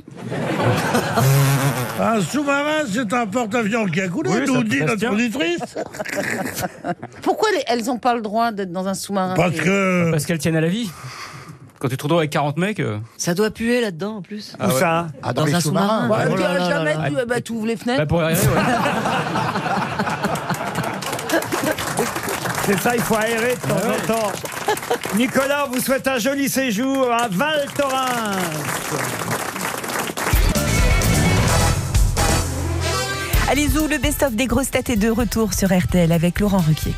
Un sous-marin, c'est un porte-avions qui a coulé, Oui, ça nous peut dit se notre dire. auditrice. Pourquoi les- elles n'ont pas le droit d'être dans un sous-marin Parce Ah, que. Parce qu'elles tiennent à la vie. Quand tu te retrouves avec 40 mecs. euh, Ça doit puer là-dedans en plus. Ah, Où ça dans un sous-marin. Bah, Oh tu là là là jamais, là. tu, bah, tu ouvres les fenêtres. Bah pour y arriver, ouais. C'est ça, il faut aérer de temps en temps. Nicolas, on vous souhaite un joli séjour à Val Thorens. Allez Zou, le best-of des grosses têtes est de retour sur RTL avec Laurent Ruquier.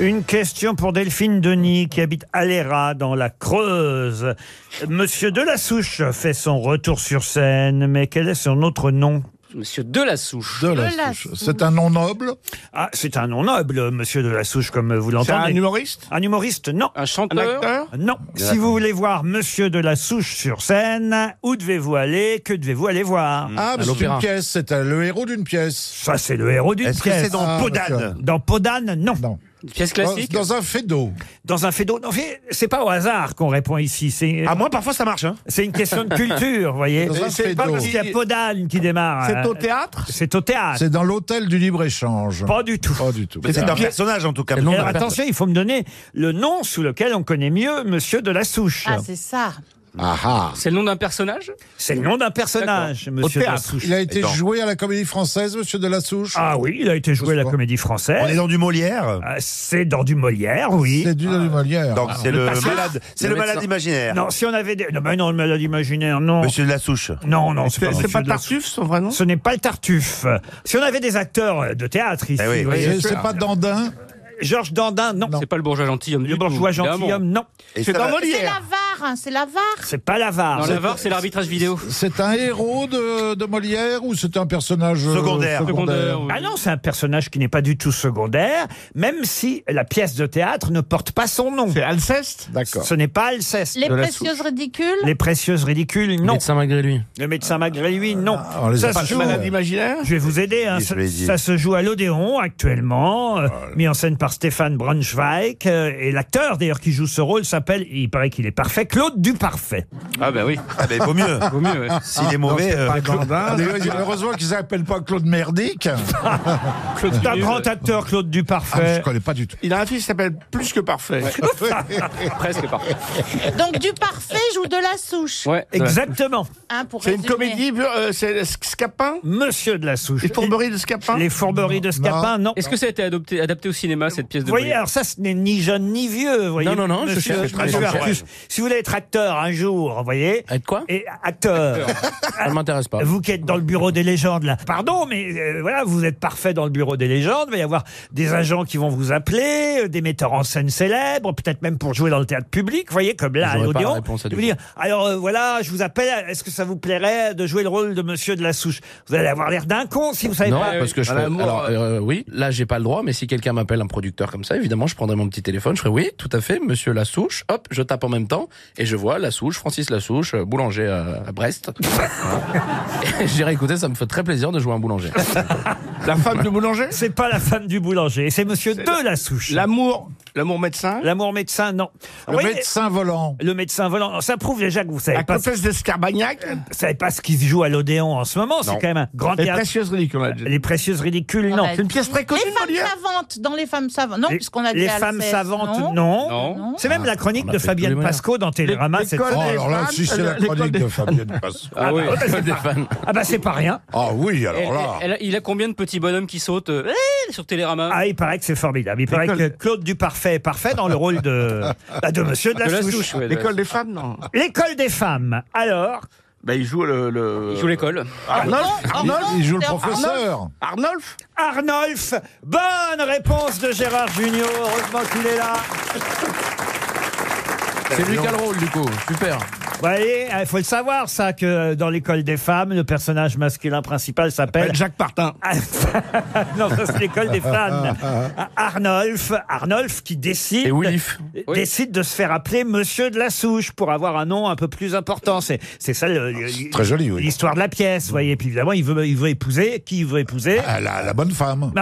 Une question pour Delphine Denis qui habite Aléra dans la Creuse. Monsieur Delassouche fait son retour sur scène, mais quel est son autre nom Monsieur Delassouche. De la De la souche. souche. C'est un nom noble. Ah, c'est un nom noble, monsieur Delassouche, comme vous C'est un l'entendez. humoriste Un humoriste, non. Un Un chanteur. acteur Non. Si vous voulez voir Monsieur de la Souche sur scène, où devez-vous aller Que devez-vous aller voir Ah, mais c'est une pièce, c'est euh, le héros d'une pièce. Ça, c'est le héros d'une Est-ce que pièce. Ah, c'est dans Podane Dans Podane, non. Non. Une pièce Dans, classique. dans un fait d'eau. Dans un fait d'eau. Non, fait- c'est pas au hasard qu'on répond ici. C'est moi, parfois, ça marche. hein. c'est une question de culture, vous voyez. Dans un C'est fait pas d'eau. parce qu'il y a Podane qui démarre. C'est au Euh, théâtre C'est au théâtre. C'est dans l'hôtel du libre-échange. Pas du tout. Pas du tout. C'est un personnage, en tout cas. Alors, attention, il faut me donner le nom sous lequel on connaît mieux Monsieur de la Souche. Ah, c'est ça. Ah, ah. C'est le nom d'un personnage c'est le nom d'un personnage, Monsieur de la théâtre. Souche. Il a été Attends. joué à la Comédie Française, Monsieur de la Souche. Ah oui, il a été joué à la Comédie Française. On est dans du Molière. Ah, C'est dans du Molière, oui. Ah. C'est du dans du Molière. Donc c'est le, patient. malade, c'est Le le malade médecin. imaginaire. Non, si on avait des... Non, mais non, le malade imaginaire, non. Monsieur de la souche. Non, non, c'est pas, C'est Monsieur pas de la- Tartuffe, son vrai nom Ce n'est pas le Tartuffe. Si on avait des acteurs euh, de théâtre ici, Eh oui. vous voyez. C'est c'est pas Dandin. Georges Dandin, non. C'est pas le bourgeois gentilhomme. Le bourgeois gentilhomme, non. Et C'est ça dans va- C'est la Molière. VAR, hein, c'est la VAR. C'est pas l'avare. Dans l'avare, c'est l'arbitrage vidéo. C'est un héros de, de Molière ou c'est un personnage euh, Secondaire. Secondaire. oui. Ah non, c'est un personnage qui n'est pas du tout secondaire, même si la pièce de théâtre ne porte pas son nom. C'est Alceste D'accord. Ce n'est pas Alceste. Les précieuses ridicules. Les précieuses ridicules, non. malgré lui. Le médecin malgré lui, non. Ah, on les a Ça pas- se joue- Malade Malade imaginaire Je vais vous aider. hein. Oui, je Ça, l'ai dit. ça se joue à l'Odéon actuellement, euh, mis en scène par Stéphane Braunschweig. euh, et l'acteur, d'ailleurs, qui joue ce rôle s'appelle, il paraît qu'il est parfait, Claude Duparfait. Ah bah oui. Ah ben, bah, vaut mieux. Vaut mieux, ouais. S'il est mauvais, c'est euh, pas Claude- Gandin. Ah, mais- Heureusement qu'ils s'appellent pas Claude Merdic. C'est un grand acteur, Claude Duparfait. Ah, je connais pas du tout. Il a un fils qui s'appelle Plus que Parfait. Presque parfait. Donc du parfait joue de la souche. Ouais. Exactement. Hein, pour C'est une résumer. comédie, euh, c'est le Scapin Monsieur de la Souche. Les fourberies de Scapin Les fourberies de Scapin, non. Est-ce que ça a été adopté- adapté au cinéma, cette pièce de Vous voyez, Molière alors ça, ce n'est ni jeune ni vieux, vous voyez. Non, non, non, je monsieur- cherche très monsieur bien. Arcus. Si vous voulez être acteur un jour, vous voyez. Être quoi Et acteur. Ça ne m'intéresse pas. Vous qui êtes dans le bureau des légendes, là. Pardon, mais euh, voilà, vous êtes parfait dans le bureau des légendes. Il va y avoir des agents qui vont vous appeler, euh, des metteurs en scène célèbres, peut-être même pour jouer dans le théâtre public, vous voyez, comme là, à J'aurais pas la l'Odéon. réponse à Ils du vous coup. dire, alors euh, voilà, je vous appelle, est-ce que ça vous plairait de jouer le rôle de monsieur de la souche Vous allez avoir l'air d'un con si vous savez non, pas. parce que je fais- alors, euh, oui, là j'ai pas le droit, mais si quelqu'un m'appelle un producteur comme ça, évidemment, je prendrai mon petit téléphone, je ferai oui, tout à fait, Monsieur Lassouche. Hop, je tape en même temps et je vois Lassouche, Francis Lassouche, euh, boulanger à, à Brest. Et J'irai écouter, ça me fait très plaisir de jouer un boulanger. La femme du boulanger C'est pas la femme du boulanger, c'est monsieur de la souche. L'amour, l'amour médecin L'amour médecin, non. Le médecin volant. Le médecin volant. Alors, Ça prouve déjà que vous savez La pas. comtesse d'Escarbagnac Vous savez pas ce qui se joue à l'Odéon en ce moment. C'est Non. quand même un grand Les théâtre. Euh, précieuses ridicules. on l'a dit. Les précieuses ridicules, non. Arrête. Ah bah, Les femmes savantes, dans les femmes savantes. Non, Les- puisqu'on a dit les à femmes Alceste, savantes, non. C'est même la chronique on a de fait Fabienne tous les Pasco dans Télérama. cette- Oh, alors là, si c'est la chronique de Fabienne Pascal. Ah oui, c'est pas- Ah bah c'est pas rien. Ah oui, Elle- alors là. Eh, elle- elle a- il a combien de petits bonhommes qui sautent euh, eh, sur Télérama Ah, il paraît que c'est formidable. Il paraît que Claude Duparfait est parfait dans le rôle de, bah, de Monsieur de la, Souche. ouais, de la L'école Souche. des femmes, non L'école des femmes. Alors Bah, il joue le. le... Il joue l'école. Arnolphe, Arnolphe, Arnolphe il joue le professeur. Arnolphe Arnolphe Bonne réponse de Gérard Junior. Heureusement qu'il est là. C'est lui qui a le rôle du coup, super. Vous voyez, il faut le savoir, ça, que dans l'école des femmes, le personnage masculin principal s'appelle. Jacques Partin. non, ça, c'est l'école des femmes. Arnolphe, Arnolphe qui décide. Décide de se faire appeler Monsieur de la Souche pour avoir un nom un peu plus important. C'est c'est ça le- très joli, oui. l'histoire de la pièce, vous voyez. Puis évidemment, il veut, il veut épouser. Qui il veut épouser Ah, la, la bonne femme.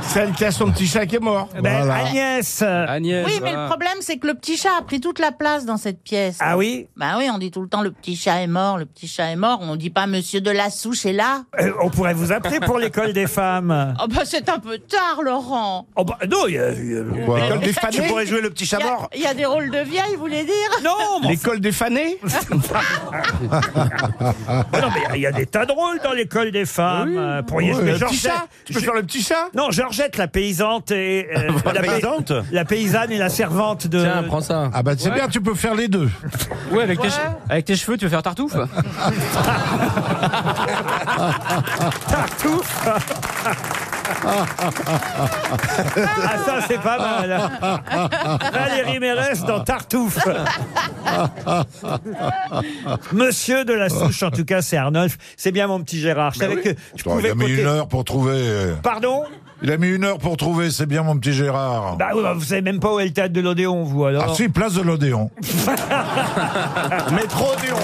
Celle qui a son petit chat qui est mort. Ben, Agnès. Agnès. Oui, mais le problème, c'est que le petit chat a pris toute la place dans cette pièce. Ah oui Bah oui, on dit tout le temps le petit chat est mort, le petit chat est mort. On dit pas Monsieur de la Souche est là. Euh, On pourrait vous appeler pour l'école des femmes. Oh bah c'est un peu tard, Laurent. Oh bah, non, il y a- il y a- L'école des familles. Tu pourrais jouer le petit chat Il y a- mort. Il y, a des rôles de vieille, vous voulez dire Non, L'école des fanés Ah non, mais il y a des tas de rôles dans l'école des femmes. euh, pourriez Oui, jouer le petit Georgette. chat. Tu peux faire le petit chat Non, Georgette, la paysante et. euh, La pa- paysante La paysanne et la servante de. Tiens, prends ça. Ah bah c'est Ouais. bien, tu peux faire les deux. Ouais, avec, Tes, che- avec tes cheveux, tu veux faire tartouffe Tartouffe Ah, ça, c'est pas mal. Valérie Mérès dans Tartouffe. Monsieur de la Souche, en tout cas, c'est Arnolphe. C'est bien mon petit Gérard. Je savais que tu Attends, il pouvais. a mis coter- une heure pour trouver. euh, Pardon Il a mis une heure pour trouver, c'est bien mon petit Gérard. Bah oui, bah, vous savez même pas où est le théâtre de l'Odéon, vous alors. Ah si, place de l'Odéon. Métro Odéon.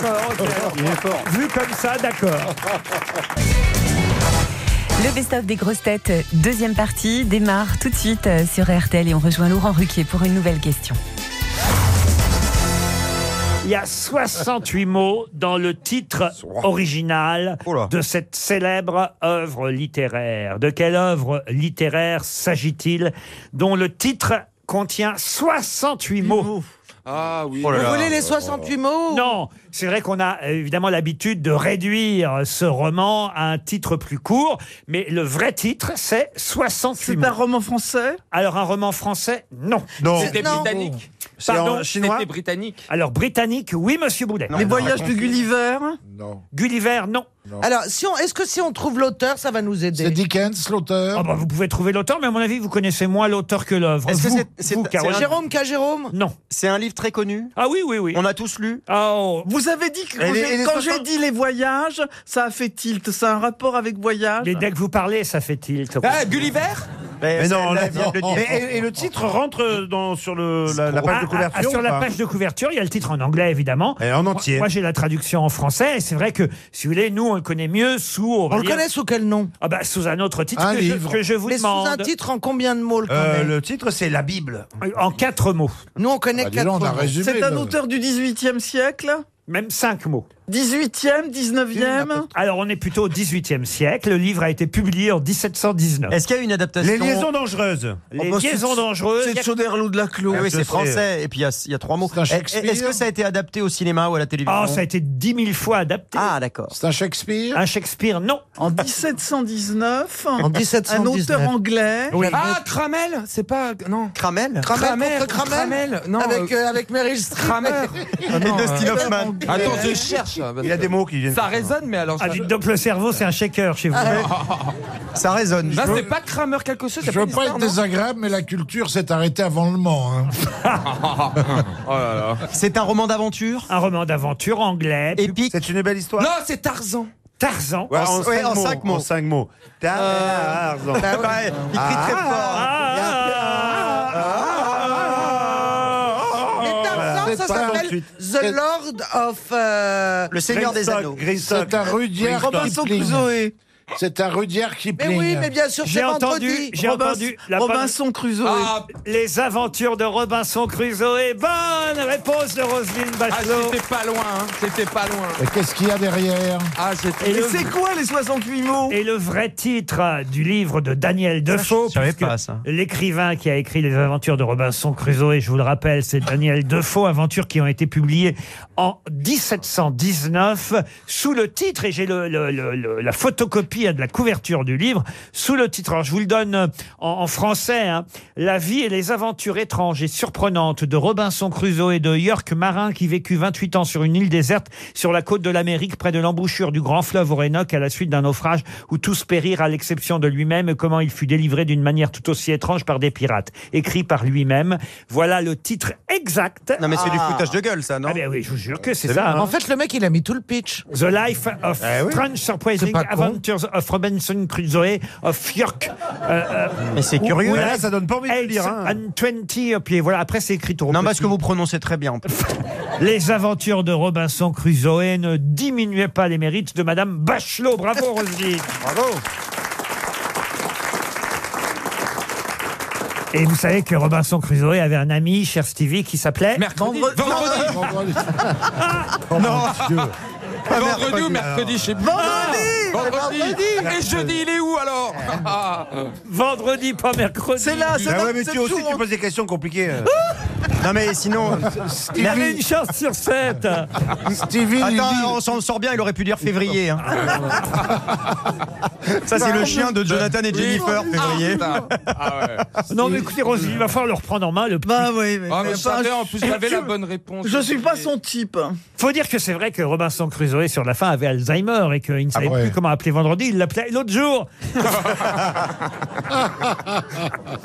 D'accord, ok. Vu comme ça, d'accord. Le best-of des grosses têtes, deuxième partie, démarre tout de suite euh, sur RTL et on rejoint Laurent Ruquier pour une nouvelle question. Il y a 68 mots dans le titre original de cette célèbre œuvre littéraire. De quelle œuvre littéraire s'agit-il dont le titre contient 68 mots Ah oui. Vous voulez les 68 mots Non, c'est vrai qu'on a euh, évidemment l'habitude de réduire ce roman à un titre plus court, mais le vrai titre, c'est 68 mots. C'est un roman français Alors un roman français, non. Non. C'était Non. britannique C'est Pardon en chinois C'était britannique Alors britannique, oui, monsieur Boulet. Les voyages de Gulliver Non. Gulliver, non. Alors, si on, est-ce que si on trouve l'auteur, ça va nous aider Dickens, l'auteur Ah bah, Vous pouvez trouver l'auteur, mais à mon avis, vous connaissez moins l'auteur que l'œuvre. Est-ce que Vous, c'est- c'est- vous, c'est Caroline. un- Jérôme K. Jérôme Non. C'est un livre très connu. Ah oui, oui, oui. On a tous lu. Oh. Vous avez dit que Et vous- les- et les quand j'ai 60 dit les voyages, ça a fait tilt. Ça a un rapport avec voyage Mais dès que vous parlez, ça fait tilt. Ah, Gulliver Mais non, là, vient de le dire. et, et- et le titre rentre euh, dans, sur le, la, la page de Ah, couverture ah, Sur ou la pas page de couverture, il y a le titre en anglais, évidemment. Et en entier. Moi, j'ai la traduction en français. Et c'est vrai que, si vous voulez, nous, on le connaît mieux sous. On le connaît sous quel nom Ah, bah, sous un autre titre Un que, je, livre. que je vous Mais sous demande. un titre en combien de mots le Euh, connaît Le titre, c'est La Bible. En quatre mots. Nous, on connaît Ah, dis quatre donc, on a mots. résumé, C'est un là. auteur du 18e siècle Même cinq mots. 18e, 19e Alors, on est plutôt au 18e siècle. Le livre a été publié en 1719. Est-ce qu'il y a une adaptation Les liaisons dangereuses. Les Oh, bah, liaisons c'est- dangereuses. c'est Il y a- Soderloo de la Clos. Ah oui, Je sais. c'est français. Et puis il y a- il y, a trois mots. un Est- Est-ce Shakespeare que ça a été adapté au cinéma ou à la télévision Ah, ça a été 10 000 fois adapté. Ah, d'accord. C'est un Shakespeare Un Shakespeare, non. En 1719, En 1719. un auteur anglais. Ah, Cramel C'est pas. Non. Cramel Cramel contre Cramel, Cramel, non, avec, euh, euh, avec Meryl Streep. Cramel. Ah non, euh, Attends, je cherche. là, parce Il y a que des mots qui viennent. Ça résonne, mais alors. Ah, dites donc, le cerveau, c'est un shaker chez vous. Ça résonne. Là, c'est pas Kramer quelque chose. Je veux pas être désagréable, mais la culture s'est arrêtée avant le Mans. hein. Oh C'est un roman d'aventure Un roman d'aventure anglais. Épique. C'est une belle histoire. Non, c'est Tarzan. Tarzan. Ouais, en, ouais, cinq en mots, cinq mots. En cinq mots. Ah, Tarzan. Ah, Bah ouais, il crie très Mais Tarzan, ça s'appelle The Lord of. euh, Le Seigneur des Anneaux. C'est un Rudyard Robinson Kipling. Crusoe. C'est un Rudyard Mais Kipling. oui, mais bien sûr, c'est J'ai entendu, vendredi. j'ai Robin- entendu. Robinson Crusoe. Ah, les aventures de Robinson Crusoe. Bonne réponse de Roselyne Ah, Bachelot. c'était pas loin, hein. C'était pas loin. Et Qu'est-ce qu'il y a derrière Ah, Et c'était. le- quoi les 68 mots Et le vrai titre euh, du livre de Daniel Defoe, je savais puisque pas, ça. l'écrivain qui a écrit Les Aventures de Robinson Crusoe, et je vous le rappelle, c'est Daniel Defoe, aventures qui ont été publiées en 1719 sous le titre, et j'ai le- le- le- le- la photocopie hein, de la couverture du livre, sous le titre, alors je vous le donne euh, en, en français, hein. La vie et les aventures étranges et surprenantes de Robinson Crusoe et de York Marin qui vécut 28 ans sur une île déserte sur la côte de l'Amérique près de l'embouchure du grand fleuve Orénoque à la suite d'un naufrage où tous périrent à l'exception de lui-même et comment il fut délivré d'une manière tout aussi étrange par des pirates. Écrit par lui-même. Voilà le titre exact. Non, mais c'est du Ah. foutage de gueule, ça, non Ah ben oui, je vous jure que c'est C'est ça. bien, hein. hein. En fait, le mec, il a mis tout le pitch. The Life of Eh oui. Strange Surprising C'est pas con. Adventures of Robinson Crusoe of York. euh, Mais c'est curieux. là, Ouais, ça donne pas envie de lire, hein. And 20, puis voilà, après c'est écrit trop Non, parce petit. que vous prononcez très bien. en plus. Les aventures de Robinson Crusoe ne diminuaient pas les mérites de Madame Bachelot. Bravo, Roselyne. Bravo. Et vous savez que Robinson Crusoe avait un ami, cher Stevie, qui s'appelait. Mercredi. Vendre- Vendredi. Vendredi ou mercredi, je sais plus. Vendredi Vendredi. Et jeudi, il est où alors Ah, ah. Vendredi, pas mercredi. C'est là, c'est Ah dans ouais, mais ce tu aussi, jour, tu poses des questions compliquées. euh. Non, mais sinon. euh, Il avait une chance sur sept. Stevie, lui dit- Attends, on s'en sort bien, il aurait pu dire février. hein. Ça, c'est le chien de Jonathan et Jennifer, février. Ah, ah ouais. non, mais écoutez, Roselyne, il va falloir le reprendre en main. Le... Bah oui, mais. Ah, mais mais je pas- savais, en plus, j'avais la bonne réponse. Je suis pas son type. Faut dire que c'est vrai que Robinson Crusoe, sur la fin, avait Alzheimer et qu'il ne savait Ah ouais. plus comment appeler vendredi. Il l'appelait l'autre jour.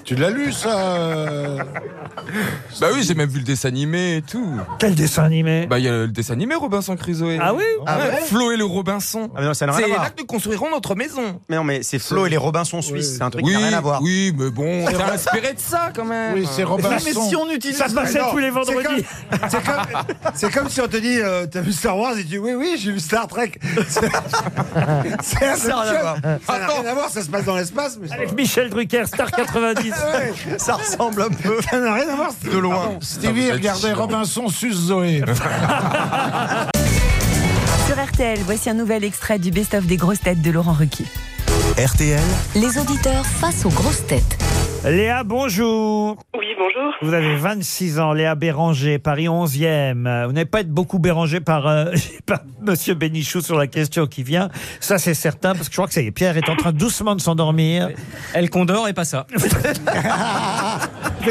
Tu l'as lu, ça euh Bah oui, j'ai même vu le dessin animé et tout. Quel dessin animé. Bah, il y a le dessin animé Robinson Crusoe. Ah oui Ouais, Flo et le Robinson. Ah, mais non, ça n'a rien C'est à voir. là que nous construirons notre maison. Mais non, mais c'est Flo et les Robinson suisses, c'est un truc Oui, qui n'a rien à voir. oui, mais bon, t'es inspiré de ça quand même. Ah. Oui, c'est Mais si Robinson. on utilise. Ça passait non, tous les c'est vendredis. C'est comme, c'est comme si on te dit, euh, t'as vu Star Wars, et tu dis, oui, oui, j'ai vu Star Trek. C'est c'est la Ça a rien à même voir. chose. Ça n'a rien à voir, ça se passe dans l'espace, mais ça Avec Michel Drucker, Star 90. Ça ressemble un peu. ça n'a rien à voir. De loin. Stevie, regardez Robinson sus Zoé. Sur RTL, voici un nouvel extrait du best-of des grosses têtes de Laurent Ruquier. RTL, Les auditeurs face aux grosses têtes. Léa, bonjour. Oui, bonjour. Vous avez 26 ans, Léa Béranger, Paris 11e. Euh, Vous n'allez pas être beaucoup Béranger par, euh, par Monsieur Bénichou sur la question qui vient. Ça, c'est certain, parce que je crois que ça y est, Pierre est en train doucement de s'endormir. Elle Condor et pas ça. Je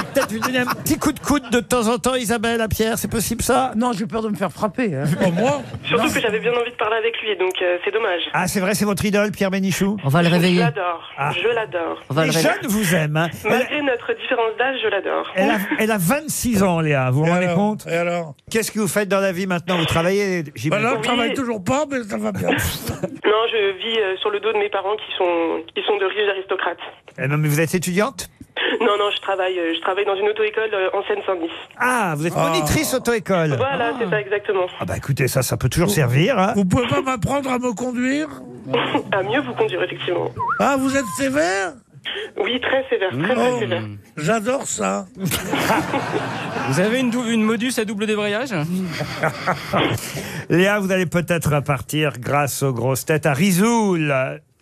vais peut-être lui donner un petit coup de coude de temps en temps, Isabelle, à Pierre. C'est possible, ça Non, j'ai peur de me faire frapper. hein. Pour moi, Surtout que j'avais bien envie de parler avec lui, donc euh, c'est dommage. Ah, c'est vrai, c'est votre idole, Pierre Bénichou on va le Je réveiller. l'adore. Ah. Je l'adore. Les jeunes vous aiment. hein. Elle, Malgré notre différence d'âge, je l'adore. elle a, elle a 26 ans, Léa. Vous vous Et rendez alors compte Et alors Qu'est-ce que vous faites dans la vie maintenant Vous travaillez Bah j'imagine. là, on travaille toujours pas, mais ça va bien. Non, je vis euh, sur le dos de mes parents qui sont, qui sont de riches aristocrates. Eh non, mais vous êtes étudiante Non, non, je travaille, euh, je travaille dans une auto-école euh, en Seine-Saint-Denis. Ah, Oh. vous êtes monitrice auto-école. Voilà, c'est ça exactement. Ah bah écoutez, ça, ça peut toujours servir. hein. Vous pouvez pas m'apprendre à me conduire à mieux vous conduire, effectivement. Ah, vous êtes sévère Oui, très sévère, très, très Oh, sévère. J'adore ça. Vous avez une, dou- une modus à double débrayage Léa, vous allez peut-être partir grâce aux grosses têtes à Rizoul.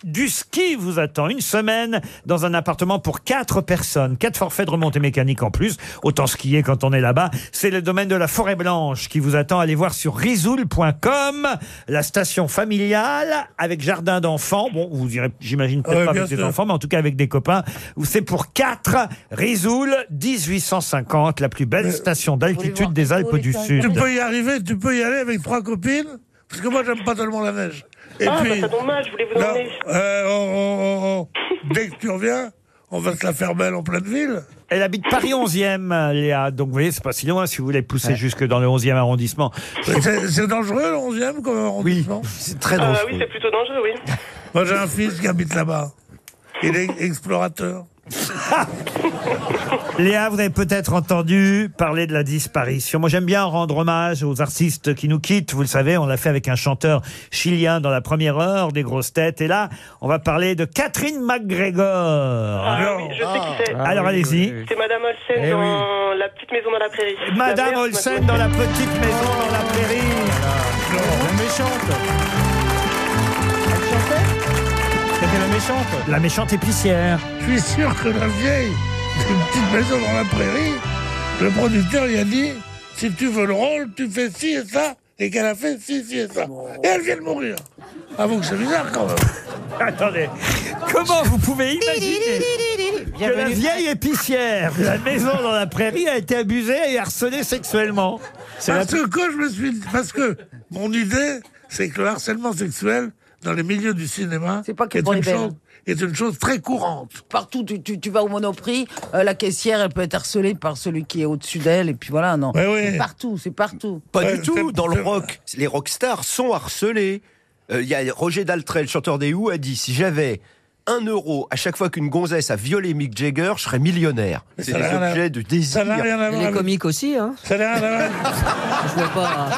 Du ski vous attend une semaine dans un appartement pour quatre personnes, quatre forfaits de remontée mécanique en plus. Autant skier quand on est là-bas. C'est le domaine de la Forêt Blanche qui vous attend. Allez voir sur rizoul.com la station familiale avec jardin d'enfants. Bon, vous irez, j'imagine peut-être Ouais, pas bien avec des sûr. enfants, mais en tout cas avec des copains. C'est pour quatre. Rizoul 1850, la plus Euh, belle station d'altitude des Alpes du Sud. Tu peux y arriver, tu peux y aller avec trois copines, parce que moi j'aime pas tellement la neige. Et ah, puis, bah, ça tombe mal, je voulais vous non, emmener. euh, on- on- on- oh. dès que tu reviens, on va se la faire belle en pleine ville. Elle habite Paris 11e, Léa. Donc, vous voyez, c'est pas si loin si vous voulez pousser jusque dans le 11e arrondissement. C'est c'est dangereux, le 11e comme arrondissement C'est très Ah, dangereux. oui, c'est plutôt dangereux, oui. Moi j'ai un fils qui habite là-bas. Il est explorateur. Léa, vous avez peut-être entendu parler de la disparition. Moi, j'aime bien rendre hommage aux artistes qui nous quittent. Vous le savez, on l'a fait avec un chanteur chilien dans la première heure des grosses têtes. Et là, on va parler de Catherine McGregor. Ah, oui, je sais qui c'est. Ah Alors, allez-y. C'est Madame Olsen dans la petite maison dans la prairie. La Madame mère, Olsen dans la petite maison dans la prairie. La méchante. C'était la méchante. La méchante épicière. Je suis sûr que la vieille d'une petite maison dans la prairie, le producteur lui a dit si tu veux le rôle, tu fais ci et ça, et qu'elle a fait ci, ci et ça. Et elle vient de mourir. Avoue que c'est bizarre quand même. Attendez, comment vous pouvez imaginer que la vieille épicière de la maison dans la prairie a été abusée et harcelée sexuellement Parce que quand je me suis. Parce que mon idée, c'est que le harcèlement sexuel dans les milieux du cinéma pas que est, pour une les belles. chose, est une chose très courante. Partout, tu, tu- tu vas au Monoprix, euh, la caissière, elle peut être harcelée par celui qui est au-dessus d'elle, et puis voilà, non. Ouais, ouais. C'est partout, c'est partout. Pas du tout. Dans le rock, les rockstars sont harcelés. Euh, Il y a Roger Daltrey, le chanteur des Who, a dit si j'avais un euro à chaque fois qu'une gonzesse a violé Mick Jagger, je serais millionnaire. Mais C'est ça n'a des rien à- objets de Ça désir. n'a rien à voir. avec- aussi, hein Ça n'a rien à voir. Je vois pas.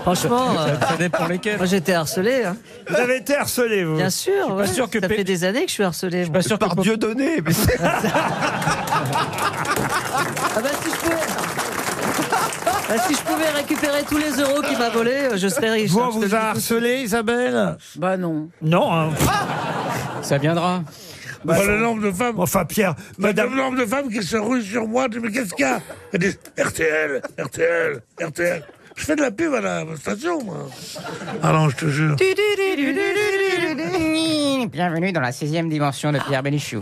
Franchement, euh, Ça dépend lesquels. moi j'étais harcelé. Hein. Vous avez été harcelé, vous Bien sûr, ouais. sûr que ça fait des années que je suis harcelé. moi. Par Dieu donné. mais c'est- Ah bah si je pouvais... Ah, si je pouvais récupérer tous les euros qu'il m'a volés, euh, je serais riche. Vous, hein, on je te le vous dis a tout de suite. harcelé, Isabelle Bah non. Non, hein. Ça viendra. Bah, le nombre de femmes. Enfin, Pierre, Le nombre de femmes qui se ruent sur moi, je dis, mais qu'est-ce qu'il y a Elles disent RTL, RTL, RTL. Je fais de la pub à la station, moi. Ah non, je te jure. Bienvenue dans la sixième dimension de Pierre Bénichou.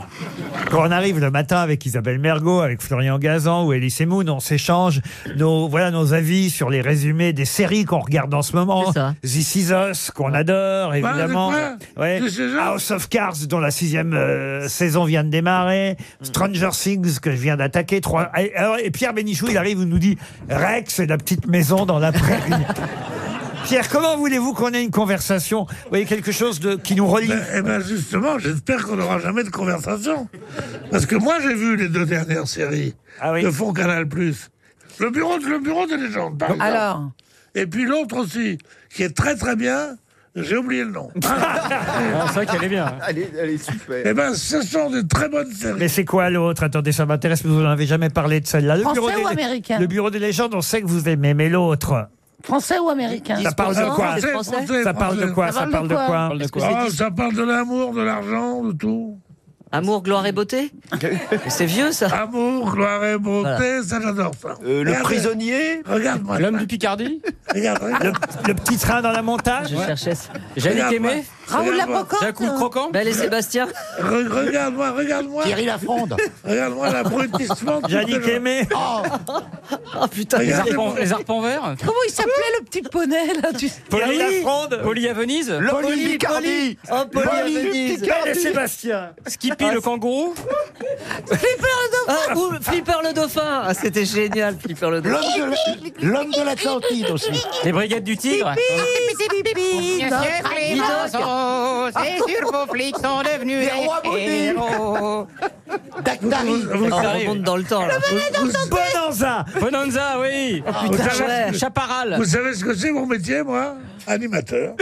Quand on arrive le matin avec Isabelle Mergot, avec Florian Gazan ou Elie Semoun, on s'échange nos, voilà, nos avis sur les résumés des séries qu'on regarde en ce moment. This Is Us, qu'on adore, évidemment. c'est Ouais. House of Cards, dont la sixième euh, saison vient de démarrer. Stranger Things, que je viens d'attaquer. Trois... Et, alors, et Pierre Bénichou, il arrive, il nous dit Rex, c'est la petite maison dans la prairie. Pierre, comment voulez-vous qu'on ait une conversation Vous voyez, quelque chose de, qui nous relie Eh bien, justement, j'espère qu'on n'aura jamais de conversation. Parce que moi, j'ai vu les deux dernières séries Ah de Fond Canal Plus. Le bureau, de- le bureau des légendes, par exemple. Alors Et puis l'autre aussi, qui est très très bien, j'ai oublié le nom. Ah, C'est vrai qu'elle est bien. hein. elle, est, elle est super. Eh ben, ce sont de très bonnes séries. Mais c'est quoi l'autre Attendez, ça m'intéresse, mais vous n'en avez jamais parlé de celle-là. Français bureau ou des... américain Le bureau des légendes, on sait que vous aimez, mais l'autre Français ou américain Ça parle de quoi Ça parle de quoi Ça parle de quoi Ah, ça parle de l'amour, de l'argent, de tout. Amour, gloire et beauté Mais C'est vieux ça. Amour, gloire et beauté, ça j'adore ça. Euh, le Regardez, prisonnier. Regarde-moi. L'homme du Picardie Regarde, regarde. Le, le petit train dans la montagne Je cherchais ça. Jannick Regarde-moi. Aimé Raoul Regarde-moi. Lapocoque Jacques le Croquant Belle et Sébastien Re- Regarde-moi, regarde-moi. Thierry Lafronde. Regarde-moi l'abrutissement. de Yannick ce genre. Aimé Oh putain les Regardez-moi. arpents, les arpents verts Comment il s'appelait le petit poney, là tu... Pauline Lafronde Poli à Venise Poli Picardi. Oh, Pauline Poli Venise. Picardi. Belle et Sébastien Skippy Ah, Flippy Ah, le kangourou Flipper le dauphin ou Flipper le dauphin Ah, C'était génial, Flipper le dauphin. L'homme de l'Atlantide aussi. Les brigades du tigre Pipi, Monsieur Flippin, et sur vos flics sont devenus Les rois des maudits. héros. Oh. On remonte dans le temps, là. Bonanza Ah, Bonanza, oui Ah, vous savez- Chaparral Vous savez ce que c'est mon métier, moi Animateur.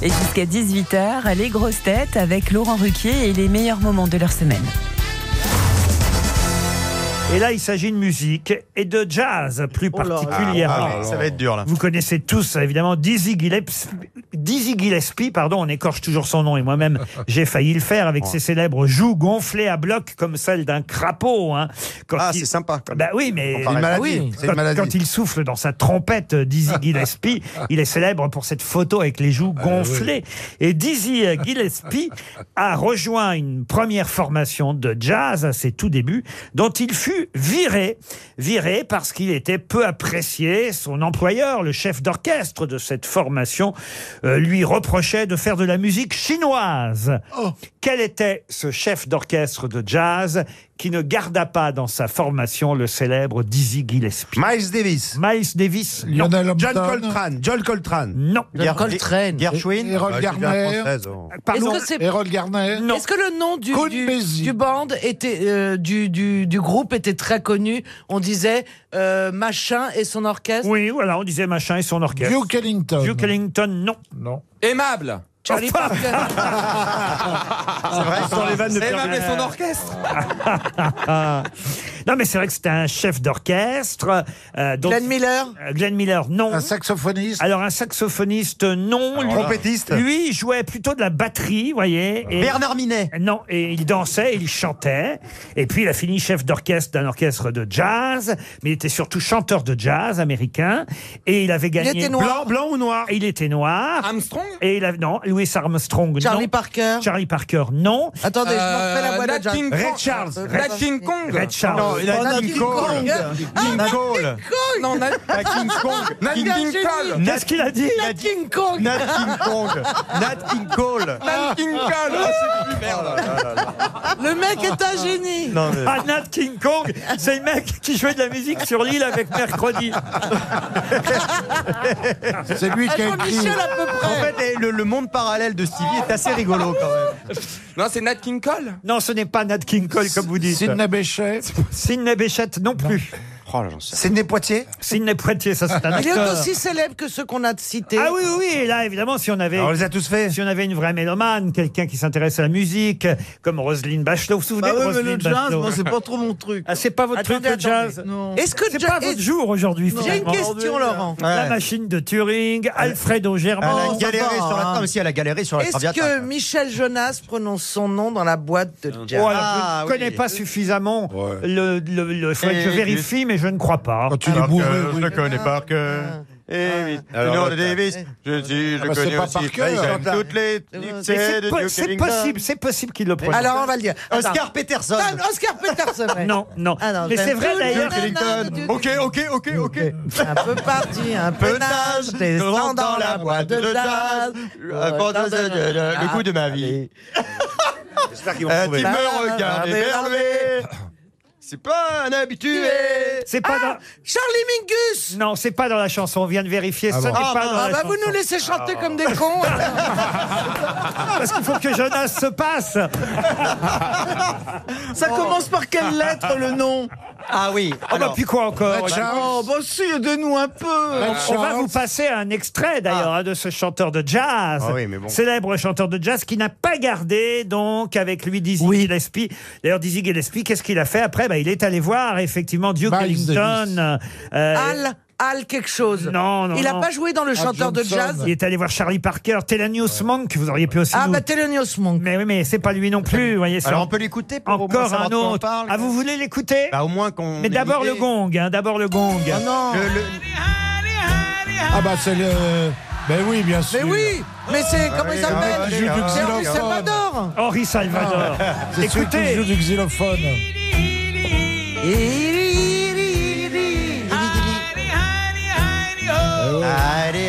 Et jusqu'à 18h, les grosses têtes avec Laurent Ruquier et les meilleurs moments de leur semaine. Et là, il s'agit de musique et de jazz plus particulièrement. Ah oui, ça va être dur, là. Vous connaissez tous évidemment Dizzy Gillespie. Dizzy Gillespie, pardon, on écorche toujours son nom et moi-même j'ai failli le faire avec ses célèbres joues gonflées à bloc comme celle d'un crapaud. Hein. ah, c'est sympa. Bah oui, mais Comparé- Une maladie, Oui. c'est une Quand, maladie. quand il souffle dans sa trompette, euh, Dizzy Gillespie, il est célèbre pour cette photo avec les joues gonflées. Et Dizzy euh, Gillespie a rejoint une première formation de jazz à ses tout débuts, dont il fut viré, viré parce qu'il était peu apprécié. Son employeur, le chef d'orchestre de cette formation, euh, lui reprochait de faire de la musique chinoise. Quel était ce chef d'orchestre de jazz qui ne garda pas dans sa formation le célèbre Dizzy Gillespie Miles Davis. Miles Davis. non. John Hampton. Coltrane. John Coltrane. Non. Euh, John Coltrane. Gershwin. Errol Ah, c'est bien Garner. française, hein. Pardon. Est-ce que c'est- Errol Garner. Est-ce que le nom du, Côte du, Béziers. du band était euh, du, du, du groupe était très connu On disait euh, machin et son orchestre. Oui, voilà, on disait machin et son orchestre. Duke Ellington. Duke Ellington, non. Non. Aimable Charlie Parker. C'est vrai, Sans les vannes de C'est Pierre Aimable et son Bénichou. orchestre Ah. non, mais c'est vrai que c'était un chef d'orchestre. euh, dont- Glenn Miller Euh, Glenn Miller, non. Un saxophoniste. Alors, un saxophoniste, non. Lui- Trompettiste. Lui, il jouait plutôt de la batterie, vous voyez. et- Bernard Minet. Non, et il dansait, il chantait. Et puis, il a fini chef d'orchestre d'un orchestre de jazz. Mais il était surtout chanteur de jazz américain. Et il avait gagné. était noir. Blanc- ou noir Il était noir. Armstrong Et il a, non, Louis Armstrong, Charlie non. Parker. Charlie Parker, non. Attendez, je me refais la voix Nat de Jack. King Cole. Nat King Kong Red Charles. Non, il a Nat dit King Cole. Cole. King Cole. Non, Nat Ah, pas King Kong Nat King King King Cole Qu'est-ce qu'il a dit Nat King Kong. Nat King Kong. Nat King Cole. Nat King Cole Ah, c'est plus merde Le mec est un génie. Non, mais- Ah, Nat King Kong, c'est le mec qui jouait de la musique sur l'île avec Mercredi. C'est lui qui a écrit. Jean-Michel à peu En près. fait, eh, le, le monde parallèle de Stevie est assez rigolo quand même. Non, c'est Nat King Cole Non, ce n'est pas Nat King Cole, comme vous dites. Sidney Bechet. Sidney Béchette non plus. Oh là, j'en sais Sidney Poitiers Sidney Poitier, ça c'est un Il est acteur. aussi célèbre que ceux qu'on a cités. Ah oui, oui, oui, et là, évidemment, si on avait... Alors, on les a tous faits. Si on avait une vraie mélomane, quelqu'un qui s'intéresse à la musique, comme Roselyne Bachelot, vous vous Bah Bah souvenez de Roselyne Bachelot pas trop mon truc. Ah, c'est pas votre Attendez, truc, le attendez. jazz Non. Est-ce que C'est Ja- pas est- votre jour aujourd'hui, J'ai une finalement. question, Laurent. La hein. Ouais. machine de Turing, Alfredo Germain... Elle a Oh, galéré ça va, sur la hein. non, mais si, elle a galéré sur la Est-ce traviata. que Michel Jonas prononce son nom dans la boîte de Oh, jazz alors, Ah, je ne connais oui. pas suffisamment le, le, le- faudrait que je Et- vérifie, mais je ne crois pas. Quand il est bourré. Ah, oui. connais par cœur. Eh oui, Alors, Honor là, Davis, je dis, je bah, c'est connais pas aussi. par cœur, Ils ça. aiment toutes les Mais Mais c'est c'est po- C'est possible, c'est possible qu'il le prononce. Alors on va le dire. Attends. Oscar Peterson. Ah, Oscar Peterson. ouais. Non, non. Ah non, mais j'aime c'est vrai tout le d'ailleurs. jeu. Ok, ok, ok, ok. Un peu parti, un peu nage, descends dans la boîte de jazz. Euh, Le coup de ma vie. J'espère qu'ils Euh, Tu Ah, trouver. Ah, me regardes émerveillé. C'est pas un habitué. C'est pas Ah, Charlie Mingus. dans... Non, c'est pas dans la chanson. On vient de vérifier. Ce n'est pas dans Ah la bah chanson. vous nous laissez chanter comme des cons. Ah, Parce qu'il faut que Jonas se passe. Oh. Ça commence par quelle lettre le nom Ah oui. Ah bah Alors, puis quoi encore Red Charles. Oh, bah si, aidez-nous un peu. On- On va vous passer un extrait d'ailleurs hein, de ce chanteur de jazz, Ah oui, mais bon. célèbre chanteur de jazz qui n'a pas gardé donc avec lui Dizzy Gillespie. D'ailleurs Dizzy Gillespie, qu'est-ce qu'il a fait après bah, Il est allé voir effectivement Duke Miles Ellington. euh, Al, Al quelque chose. Non, non, Il a non. pas joué dans le chanteur de Johnson. jazz. il est allé voir Charlie Parker, Thelonious Monk, vous auriez pu aussi Ah nous- bah Thelonious Monk. Mais oui, mais c'est pas lui non plus, vous voyez. c'est alors en- on peut l'écouter pour au moins encore savoir un de quoi on autre. parle. Ah, vous voulez l'écouter Bah, au moins qu'on. Mais ait d'abord une le idée. gong, hein, d'abord le gong. Oh non. Le- le- Ah bah c'est le. Ben oui, bien sûr. Mais oui, mais c'est comment il Ah, s'appelle oui, C'est ah, Henri oui, ah, Salvador. Henri Salvador. Ah, C'est celui qui joue Écoutez, du xylophone. Iri, iri, iri, iri. Heidi,